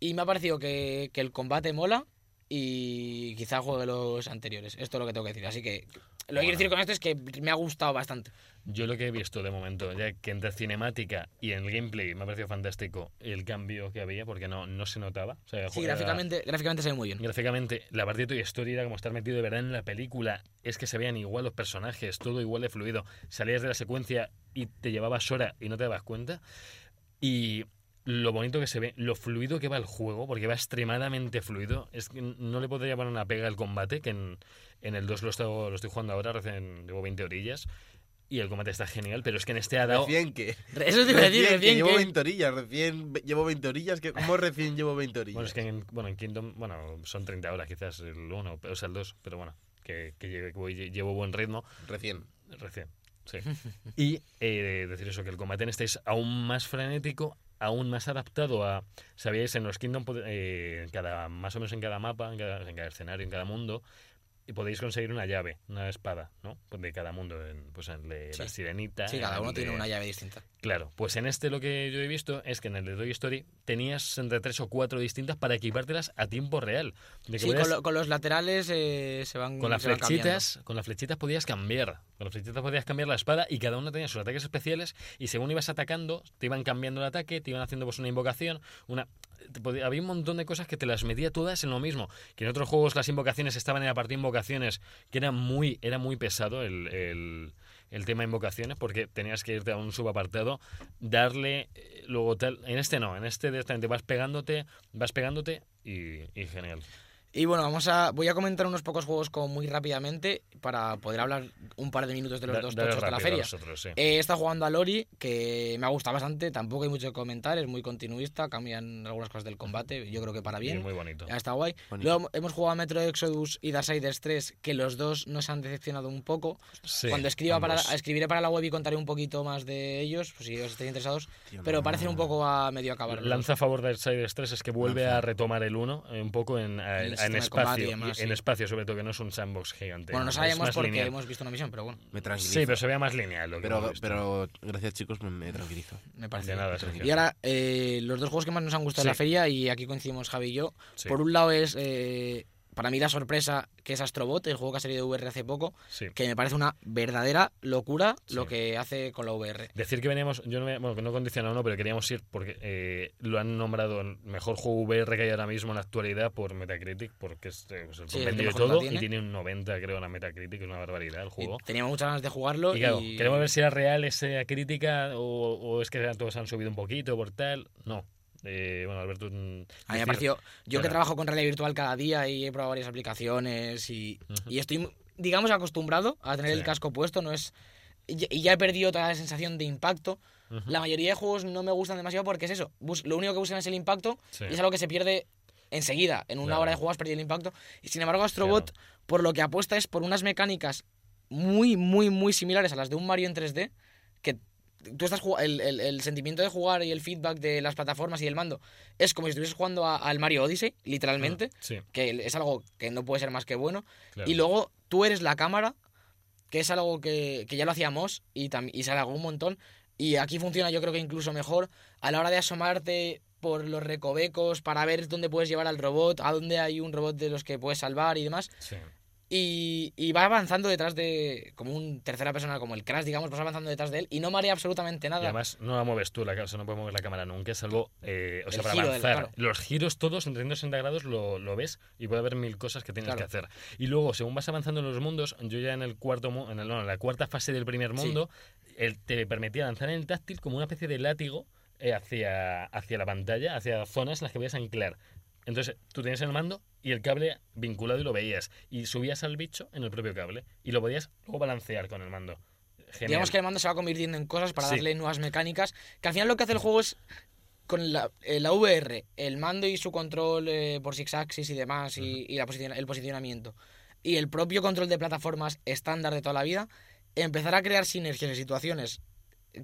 S4: Y me ha parecido que, que el combate mola y quizá juegue los anteriores. Esto es lo que tengo que decir. Así que lo que quiero decir con esto es que me ha gustado bastante.
S2: Yo lo que he visto de momento, ya que entre cinemática y el gameplay me ha parecido fantástico el cambio que había, porque no, no se notaba. O sea,
S4: Sí,
S2: era-
S4: gráficamente, gráficamente se ve muy bien.
S2: Gráficamente, la partida de Toy Story era como estar metido de verdad en la película. Es que se veían igual los personajes, todo igual de fluido. Salías de la secuencia y te llevabas hora y no te dabas cuenta. Y lo bonito que se ve, lo fluido que va el juego, porque va extremadamente fluido. Es que no le podría poner una pega al combate, que en, en el 2 lo, estoy- lo estoy jugando ahora, recién llevo 20 orillas. Y el combate está genial, pero es que en este ha dado.
S3: Recién que.
S4: Eso te iba a decir,
S3: que
S4: recién
S3: llevo
S4: que-
S3: 20 orillas, recién ve- llevo 20 orillas. Que, ¿Cómo recién llevo 20 orillas?
S2: Bueno, es que en, bueno, en Kingdom, bueno, son 30 horas quizás el 1, o sea el 2, pero bueno, que, que lle- que voy- llevo buen ritmo.
S3: Recién.
S2: Recién, sí. y eh, decir eso, que el combate en este es aún más frenético, aún más adaptado a... Sabíais, en los Kingdom, pod- eh, en cada, más o menos en cada mapa, en cada, en cada escenario, en cada mundo, y podéis conseguir una llave, una espada, ¿no? Pues De cada mundo, en, pues en el de la
S4: Sí.
S2: sirenita...
S4: Sí, cada
S2: en
S4: uno
S2: el
S4: tiene
S2: de-
S4: una llave distinta.
S2: Claro, pues en este lo que yo he visto es que en el de Toy Story tenías entre tres o cuatro distintas para equipártelas a tiempo real. De que
S4: Sí,
S2: podías-
S4: con, lo- con los laterales eh, se van
S2: con las
S4: se van cambiando.
S2: flechitas, con las flechitas podías cambiar. Con las flechitas podías cambiar la espada y cada una tenía sus ataques especiales y según ibas atacando te iban cambiando el ataque, te iban haciendo pues una invocación, una te podía- había un montón de cosas que te las metía todas en lo mismo. Que en otros juegos las invocaciones estaban en la parte de invocaciones, que era muy era muy pesado el, el- el tema de invocaciones porque tenías que irte a un subapartado, darle eh, luego tal, en este no, en este directamente vas pegándote, vas pegándote y, y genial.
S4: Y bueno, vamos a, voy a comentar unos pocos juegos como muy rápidamente para poder hablar un par de minutos de los
S2: Da-
S4: dos
S2: dale
S4: tochos
S2: rápido
S4: de la
S2: a
S4: feria.
S2: vosotros, sí.
S4: Eh, he estado jugando a Lori, que me ha gustado bastante, tampoco hay mucho que comentar, es muy continuista, cambian algunas cosas del combate, yo creo que para
S2: Y
S4: bien.
S2: muy bonito.
S4: Está guay.
S3: Bonito.
S4: Luego hemos jugado a Metro Exodus y Darksiders 3, que los dos nos han decepcionado un poco.
S2: Sí,
S4: Cuando escriba para,
S2: ambos.
S4: escribiré para la web y contaré un poquito más de ellos, pues si os estáis interesados.
S3: Tío,
S4: pero
S3: no.
S4: parecen un poco a medio acabar. los
S2: Lanza a favor de Outsiders 3 es que vuelve
S3: Lanza.
S2: a retomar el 1 eh, un poco en, a-
S4: En el
S2: en
S4: sistema de combate
S2: espacio.
S4: y demás,
S2: y- en
S4: sí.
S2: espacio, sobre todo, que no es un sandbox
S4: dos.
S2: gigante.
S4: Bueno, no
S2: es
S4: sabemos
S2: más
S4: porque
S2: lineal.
S4: hemos visto una misión, pero bueno,
S3: Me tranquilizo.
S2: Sí, pero se vea más lineal. Lo que
S3: pero,
S2: hemos visto.
S3: pero gracias, chicos, me, me tranquilizo.
S4: me parece.
S2: de
S4: bien.
S2: nada, Sergio.
S4: Y ahora, eh, los dos juegos que más nos han gustado en la
S2: Sí.
S4: feria, y aquí coincidimos Javi y yo.
S2: Sí.
S4: Por un lado es eh, para mí la sorpresa que es Astrobot, el juego que ha salido de VR hace poco,
S2: Sí.
S4: que me parece una verdadera locura
S2: Sí.
S4: lo que hace con la VR.
S2: Decir que veníamos, yo no, me- bueno, que no condicionado no, pero queríamos ir porque eh, lo han nombrado el mejor juego VR que hay ahora mismo en la actualidad por Metacritic, porque es eh, pues el
S4: Sí, el que
S2: promedio de
S4: mejor la
S2: todo
S4: tiene.
S2: y tiene un 90 creo en la Metacritic, es una barbaridad el
S4: Y
S2: juego.
S4: tenía muchas ganas de jugarlo
S2: Y claro,
S4: y-
S2: queremos ver si era real esa crítica o, o es que todos han subido un poquito por tal. No. Eh, bueno, Alberto. mm,
S4: A mí me
S2: decir-
S4: ha parecido. Yo que
S2: claro.
S4: trabajo con realidad virtual cada día y he probado varias aplicaciones y,
S2: Ujú.
S4: y estoy, digamos, acostumbrado a tener
S2: Sí.
S4: el casco puesto, no es. Y y ya he perdido toda la sensación de impacto.
S2: Ujú.
S4: La mayoría de juegos no me gustan demasiado porque es eso. bus- lo único que buscan es el impacto
S2: Sí.
S4: y es algo que se pierde enseguida. En una
S2: Claro.
S4: hora de juego has perdido el impacto. Y sin embargo, Astrobot, por lo que apuesta es por unas mecánicas muy, muy, muy similares a las de un Mario en 3D, que tú estás jug- el, el- el sentimiento de jugar y el feedback de las plataformas y el mando es como si estuvieses jugando a- al Mario Odyssey, literalmente,
S2: Ah, Sí,
S4: que es algo que no puede ser más que bueno.
S2: claro.
S4: Y luego tú eres la cámara, que es algo que, que ya lo hacíamos y, tam- y se alargó un montón. Y aquí funciona yo creo que incluso mejor a la hora de asomarte por los recovecos para ver dónde puedes llevar al robot, a dónde hay un robot de los que puedes salvar y demás.
S2: Sí.
S4: Y, y va avanzando detrás de, como un tercera persona, como el Crash, digamos, vas avanzando detrás de él y no marea absolutamente
S2: Y
S4: nada.
S2: además no la mueves tú, la, ca- o sea, no puedes mover la cámara nunca, salvo eh, o sea,
S4: El
S2: para
S4: giro del-
S2: avanzar.
S4: claro.
S2: Los giros todos en 360 grados lo, lo ves y puede haber mil cosas que tienes
S4: Claro.
S2: que hacer. Y luego, según vas avanzando en los mundos, yo ya en el cuarto mu- en, el- no, en la cuarta fase del primer
S4: Sí.
S2: mundo, él te permitía lanzar en el táctil como una especie de látigo eh, hacia, hacia la pantalla, hacia zonas en las que podías anclar. Entonces, tú tenías el mando y el cable vinculado y lo veías. Y subías al bicho en el propio cable y lo podías luego balancear con el mando. Genial.
S4: Digamos que el mando se va convirtiendo en cosas para
S2: Sí.
S4: darle nuevas mecánicas. Que al final lo que hace el juego es con la, eh, la VR, el mando y su control eh, por six axis y demás, y, y la posiciona- el posicionamiento, y el propio control de plataformas estándar de toda la vida, empezar a crear sinergias y situaciones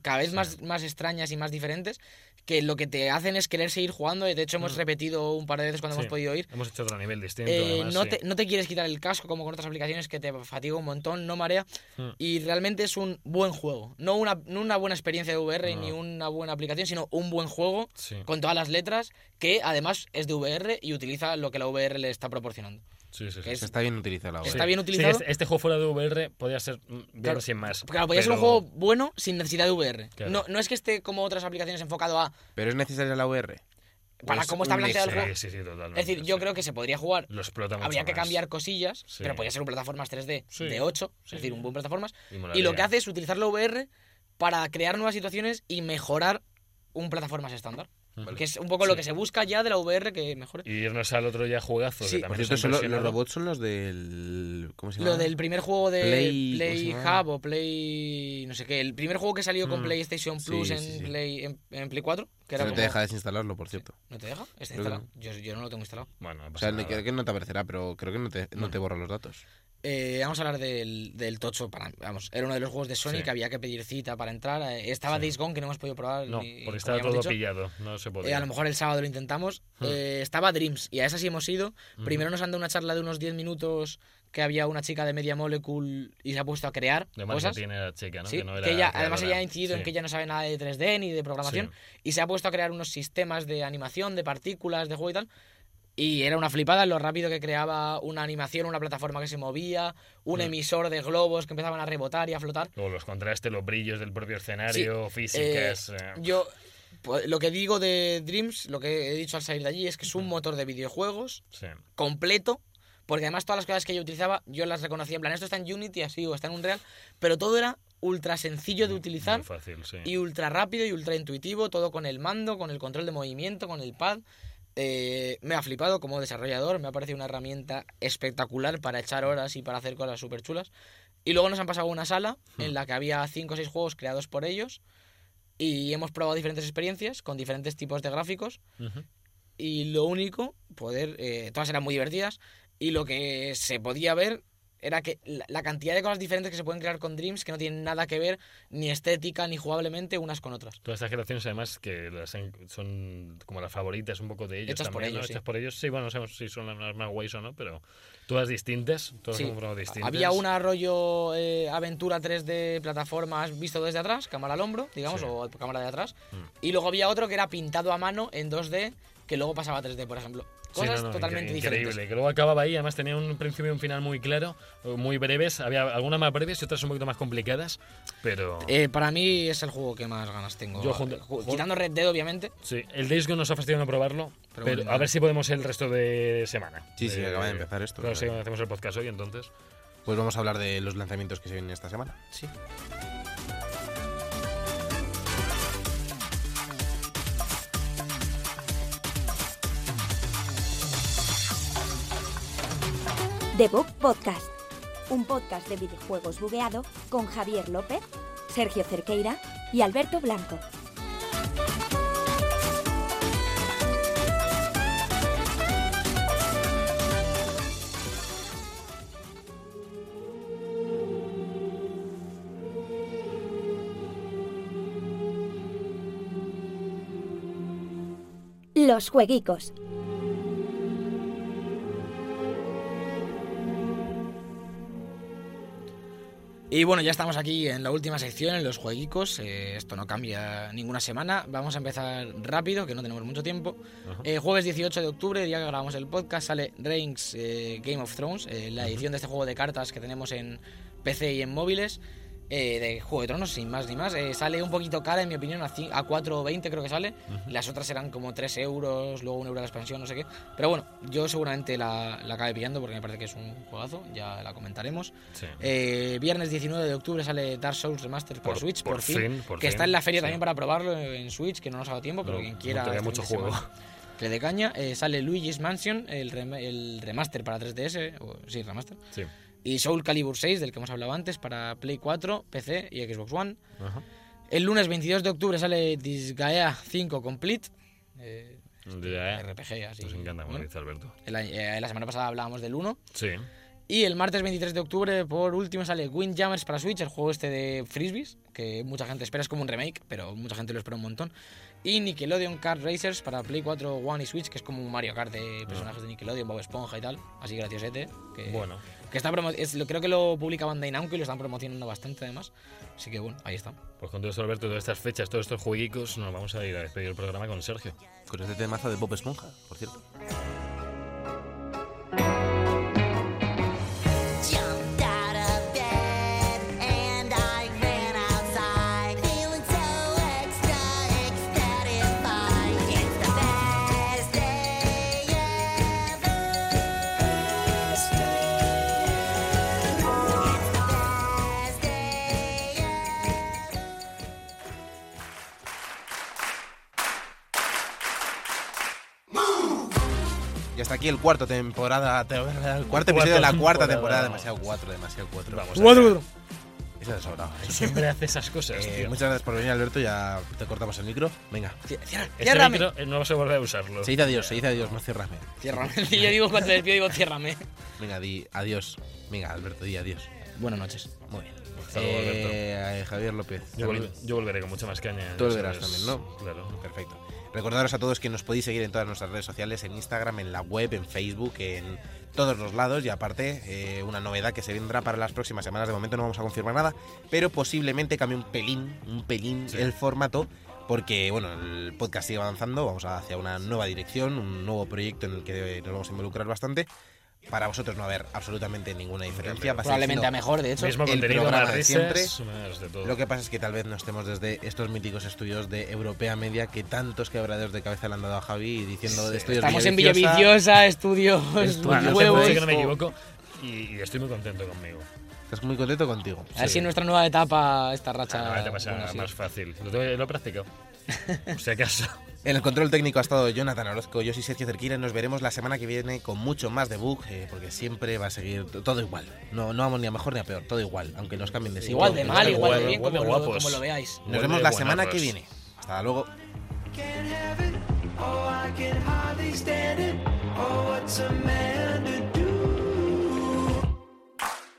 S4: cada vez más, más extrañas y más diferentes, que lo que te hacen es querer seguir jugando. y De hecho, hemos
S2: Mm.
S4: repetido un par de veces cuando
S2: Sí.
S4: hemos podido ir.
S2: Hemos hecho otro nivel distinto.
S4: Eh,
S2: además,
S4: no,
S2: sí.
S4: te, no te quieres quitar el casco como con otras aplicaciones que te fatiga un montón, no marea.
S2: Mm.
S4: Y realmente es un buen juego. No una, no una buena experiencia de VR
S2: No.
S4: ni una buena aplicación, sino un buen juego
S2: Sí,
S4: con todas las letras que además es de VR y utiliza lo que la VR le está proporcionando.
S2: sí, sí. sí.
S4: que es-
S2: Sí,
S3: Está bien utilizado la obra.
S4: está bien
S2: sí,
S4: utilizado.
S2: este, este juego fuera de VR podría ser mm, bien
S4: Claro,
S2: sin más.
S4: Claro, podría ser un
S2: pero-
S4: juego bueno sin necesidad de VR.
S2: Claro.
S4: No, no es que esté como otras aplicaciones enfocado a
S3: Pero es necesaria la VR.
S4: para
S3: Pues
S4: cómo está
S3: un
S4: planteado el juego.
S2: Sí, sí, sí, totalmente.
S4: Es decir, yo
S2: sí.
S4: creo que se podría jugar
S2: Lo explota mucho
S4: Habría que
S2: más.
S4: cambiar cosillas,
S2: Sí.
S4: pero podría ser un plataformas 3D
S2: Sí,
S4: de 8,
S2: sí.
S4: es decir, un buen plataformas.
S2: Y
S4: Y
S2: molaría.
S4: lo que hace es utilizar la VR para crear nuevas situaciones y mejorar un plataformas estándar.
S2: Ujú.
S4: Que es un poco
S2: Sí.
S4: lo que se busca ya de la VR que mejore.
S2: Y irnos al otro ya juegazo.
S4: Sí.
S2: que
S3: Por
S2: también
S3: cierto,
S2: nos ha
S3: son lo- los
S2: impresionado.
S3: robots son los del. ¿Cómo se llama?
S4: Lo del primer juego de
S3: Play-
S4: Play,
S3: ¿cómo se llama?
S4: Hub o Play. no sé qué. El primer juego que salió con
S2: Mm.
S4: PlayStation
S3: Sí,
S4: Plus
S3: sí,
S4: en,
S3: sí.
S4: Play, en, en Play 4.
S3: Que
S4: Que era
S3: no te
S4: como-
S3: deja desinstalarlo, por cierto.
S4: ¿No te deja? ¿Está
S3: Creo que
S4: instalado? Yo, yo no lo tengo instalado.
S2: Bueno, no
S3: O
S2: pasa
S3: sea,
S2: nada.
S3: creo que no te aparecerá, pero creo que no te, no
S2: No.
S3: te borra los datos.
S4: Eh, vamos a hablar del, del Tocho. Para, vamos, era uno de los juegos de Sony
S2: Sí.
S4: que había que pedir cita para entrar. Eh, Estaba
S2: Sí.
S4: Days Gone, que no hemos podido probar.
S2: No,
S4: ni- como
S2: porque estaba
S4: ya hemos
S2: todo
S4: dicho.
S2: pillado. No se
S4: Eh,
S2: podía.
S4: a lo mejor el sábado lo intentamos. Eh, estaba Dreams, y a esa sí hemos ido.
S2: Hmm. Ujú.
S4: Primero nos han dado una charla de unos 10 minutos que había una chica de Media Molecule y se ha puesto a crear
S2: Además,
S4: cosas.
S2: que tiene la chica, ¿no?
S4: Sí,
S2: que no era
S4: que ella, además
S2: creadora.
S4: ella ha incidido en
S2: Sí.
S4: que ella no sabe nada de 3D ni de programación y se ha puesto a crear unos sistemas de animación, de partículas, de juego y tal. Y era una flipada lo rápido que creaba una animación, una plataforma que se movía, un
S2: Mm.
S4: emisor de globos que empezaban a rebotar y a flotar.
S2: Luego los contrastes, los brillos del propio escenario,
S4: Eh,
S2: físicas. eh,
S4: yo pues, lo que digo de Dreams, lo que he dicho al salir de allí es que es
S2: Hmm.
S4: un motor de videojuegos
S2: sí.
S4: completo, porque además todas las cosas que yo utilizaba yo las reconocía en plan, esto está en Unity así o está en Unreal, pero todo era ultra sencillo de utilizar
S2: Mm, Muy fácil, sí.
S4: y ultra rápido y ultra intuitivo, todo con el mando, con el control de movimiento, con el pad. Eh, me ha flipado como desarrollador, me ha parecido una herramienta espectacular para echar horas y para hacer cosas súper chulas. Y luego nos han pasado a una sala
S2: Hmm.
S4: en la que había 5 o 6 juegos creados por ellos y hemos probado diferentes experiencias con diferentes tipos de gráficos
S2: Ujú.
S4: y lo único, poder, eh, todas eran muy divertidas y lo que se podía ver era que la, la cantidad de cosas diferentes que se pueden crear con Dreams que no tienen nada que ver ni estética ni jugablemente unas con otras.
S2: Todas estas creaciones, además, que las han- son como las favoritas un poco de ellos.
S4: Hechas por
S2: también, ¿no?
S4: ellos, sí.
S2: Hechas por ellos, sí, bueno, no sabemos si son las más guays o no, pero todas distintas, todas
S4: Sí.
S2: como programas distintas.
S4: Había un rollo eh, aventura 3D plataformas visto desde atrás, cámara al hombro, digamos,
S2: Sí.
S4: o cámara de atrás.
S2: Mm.
S4: Y luego había otro que era pintado a mano en 2D, que luego pasaba a 3D, por ejemplo.
S2: Sí,
S4: Cosas
S2: no, no,
S4: totalmente
S2: incre-
S4: diferentes.
S2: Increíble, que luego acababa ahí, además tenía un principio y un final muy claro, eh, muy breves, había algunas más breves y otras un poquito más complicadas, pero...
S4: Eh, para mí es el juego que más ganas tengo. eh,
S2: Yo junto-
S4: Ju-
S2: ju-
S4: Quitando Red Dead, obviamente.
S2: Sí, el Days Gone nos ha fastidiado no probarlo, pero,
S4: Pero bueno,
S2: a
S4: vale.
S2: ver si podemos el resto de semana. Eh,
S3: Sí, sí, acaba de empezar esto,
S2: Claro,
S3: la
S2: sí,
S3: verdad.
S2: hacemos el podcast hoy entonces.
S3: Pues vamos a hablar de los lanzamientos que se vienen esta semana.
S4: Sí.
S1: The Bug Podcast. Un podcast de videojuegos bugueado con Javier López, Sergio Cerqueira y Alberto Blanco. Los jueguicos.
S4: Y bueno, ya estamos aquí en la última sección, en los jueguicos. Eh, esto no cambia ninguna semana. Vamos a empezar rápido, que no tenemos mucho tiempo.
S2: Ajá.
S4: Eh, jueves 18 de octubre, el día que grabamos el podcast, sale Reigns eh, Game of Thrones, eh, la edición de este juego de cartas que tenemos en PC y en móviles. eh, de Juego de Tronos, sin más ni más. Eh, sale un poquito cara, en mi opinión, a, ci- a 4.20 creo que sale. Las otras serán como 3 euros, luego 1 euro de la expansión, no sé qué. Pero bueno, yo seguramente la, la acabe pillando porque me parece que es un juegazo, ya la comentaremos.
S2: Sí.
S4: Eh, viernes 19 de octubre sale Dark Souls Remaster para
S2: Por-
S4: Switch,
S2: por
S4: por, fin,
S2: fin, por
S4: que está
S2: fin,
S4: en la feria
S2: sí.
S4: también para probarlo en Switch, que no nos ha dado tiempo, pero
S2: No,
S4: quien
S2: no
S4: quiera...
S2: todavía
S4: este
S2: mucho
S4: fin de
S2: juego.
S4: semana, Que le dé caña. Eh, sale Luigi's Mansion, el, rem- el remaster para 3DS, o, sí, remaster.
S2: Sí.
S4: Y Soul Calibur 6, del que hemos hablado antes, para Play 4, PC y Xbox One.
S2: Ajá.
S4: El lunes 22 de octubre sale Disgaea 5 Complete. eh,
S2: Ya, eh.
S4: RPG, así.
S2: Nos encanta, como
S4: bueno.
S2: dice Alberto.
S4: El año- eh, la semana pasada hablábamos del 1.
S2: Sí.
S4: Y el martes 23 de octubre, por último, sale Windjammers para Switch, el juego este de frisbees, que mucha gente espera, es como un remake, pero mucha gente lo espera un montón. Y Nickelodeon Kart Racers para Play 4, One y Switch, que es como un Mario Kart
S2: Ah.
S4: de personajes de Nickelodeon, Bob Esponja y tal, así graciosete. Que,
S2: Bueno.
S4: Que está promo- es- lo- creo que lo publica Bandai Namco y lo están promocionando bastante además. Así que bueno, ahí está.
S2: Pues con todo esto, Alberto, todas estas fechas, todos estos jueguicos, nos vamos a ir a despedir el programa con Sergio.
S3: Con este temazo de Bob Esponja, por cierto.
S5: Jumped out of bed and I ran outside, feeling so extra ecstatified. It's the best day ever. It's the best day ever.
S3: Y hasta aquí el cuarto temporada. te- El cuarto episodio de la cuarta temporada. Demasiado cuatro, demasiado cuatro.
S2: Vamos a
S4: Cuatro.
S3: Eso es sobrado.
S2: Siempre hace esas cosas,
S3: Eh,
S2: tío.
S3: muchas gracias por venir, Alberto. Ya te cortamos el micro. Venga.
S4: Cierra,
S2: Este
S4: ciérrame.
S2: micro, eh, no vas a volver a usarlo.
S3: Se dice adiós, se dice adiós, no ciérrame.
S4: Ciérrame. Y yo digo cuando te despido, digo ciérrame.
S3: Venga, di adiós. Venga, Alberto, di adiós.
S4: Buenas noches.
S3: Muy bien.
S2: Hasta luego, Alberto.
S3: Eh, Javier López.
S2: Yo, vol-
S3: también.
S2: yo volveré con mucha más caña.
S3: Tú
S2: ya
S3: volverás
S2: sabes.
S3: también, ¿no?
S2: Claro.
S3: Perfecto. Recordaros a todos que nos podéis seguir en todas nuestras redes sociales, en Instagram, en la web, en Facebook, en todos los lados. Y aparte, eh, una novedad que se vendrá para las próximas semanas. De momento no vamos a confirmar nada, pero posiblemente cambie un pelín, un pelín el formato. Porque, bueno, el podcast sigue avanzando, vamos hacia una nueva dirección, un nuevo proyecto en el que nos vamos a involucrar bastante. Para vosotros no va a haber absolutamente ninguna diferencia. va a seguir
S4: Probablemente
S3: siendo
S4: a mejor, de hecho.
S2: Mismo
S3: el
S2: contenido,
S3: programa
S2: más
S3: de
S2: risas, más de todo.
S3: Lo que pasa es que tal vez no estemos desde estos míticos estudios de Europea Media que tantos quebraderos de cabeza le han dado a Javi diciendo de estudios
S4: Estamos en
S3: Villaviciosa.
S4: Villaviciosa, estudios,
S2: Bueno, no sé,
S4: huevos.
S2: parece que no me equivoco y, y estoy muy contento conmigo.
S3: Estás muy contento contigo.
S4: A ver si en nuestra nueva etapa esta racha.
S2: Ahora Ah, te pasa
S4: Ah, bueno, sí.
S2: más fácil. Lo, tengo- lo he practicado. Por si acaso.
S3: En el control técnico ha estado Jonathan Orozco, yo soy Sergio Cerquira y nos veremos la semana que viene con mucho más de bug, eh, porque siempre va a seguir t- todo igual. No, no vamos ni a mejor ni a peor, todo igual, aunque nos cambien de sitio.
S4: Igual de
S3: nos
S4: mal,
S3: cambien-
S4: igual de
S2: Igual-
S4: bien,
S2: igual de
S4: como lo,
S2: guapos.
S4: como lo veáis.
S3: Nos vemos la
S2: Buenas
S3: semana que
S2: noches.
S3: viene. Hasta luego.
S6: can't have it. Oh, I can hardly stand it. Oh, what's a man to do?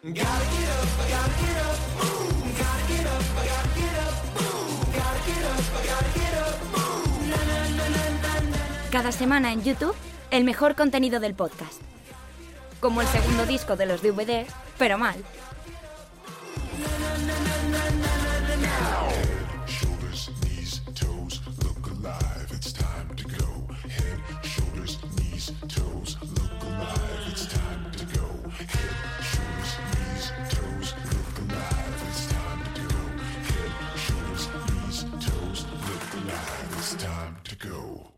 S6: Gotta get up, I gotta get up, boom. Gotta get up, I gotta get up, boom. Gotta get up, I gotta get up, boom. Na na na na na na.
S1: Cada semana en YouTube, el mejor contenido del podcast. Como el segundo disco de los DVDs, pero mal.
S7: Shoulders, knees, toes, look alive. It's time to go. Head, It's time to go.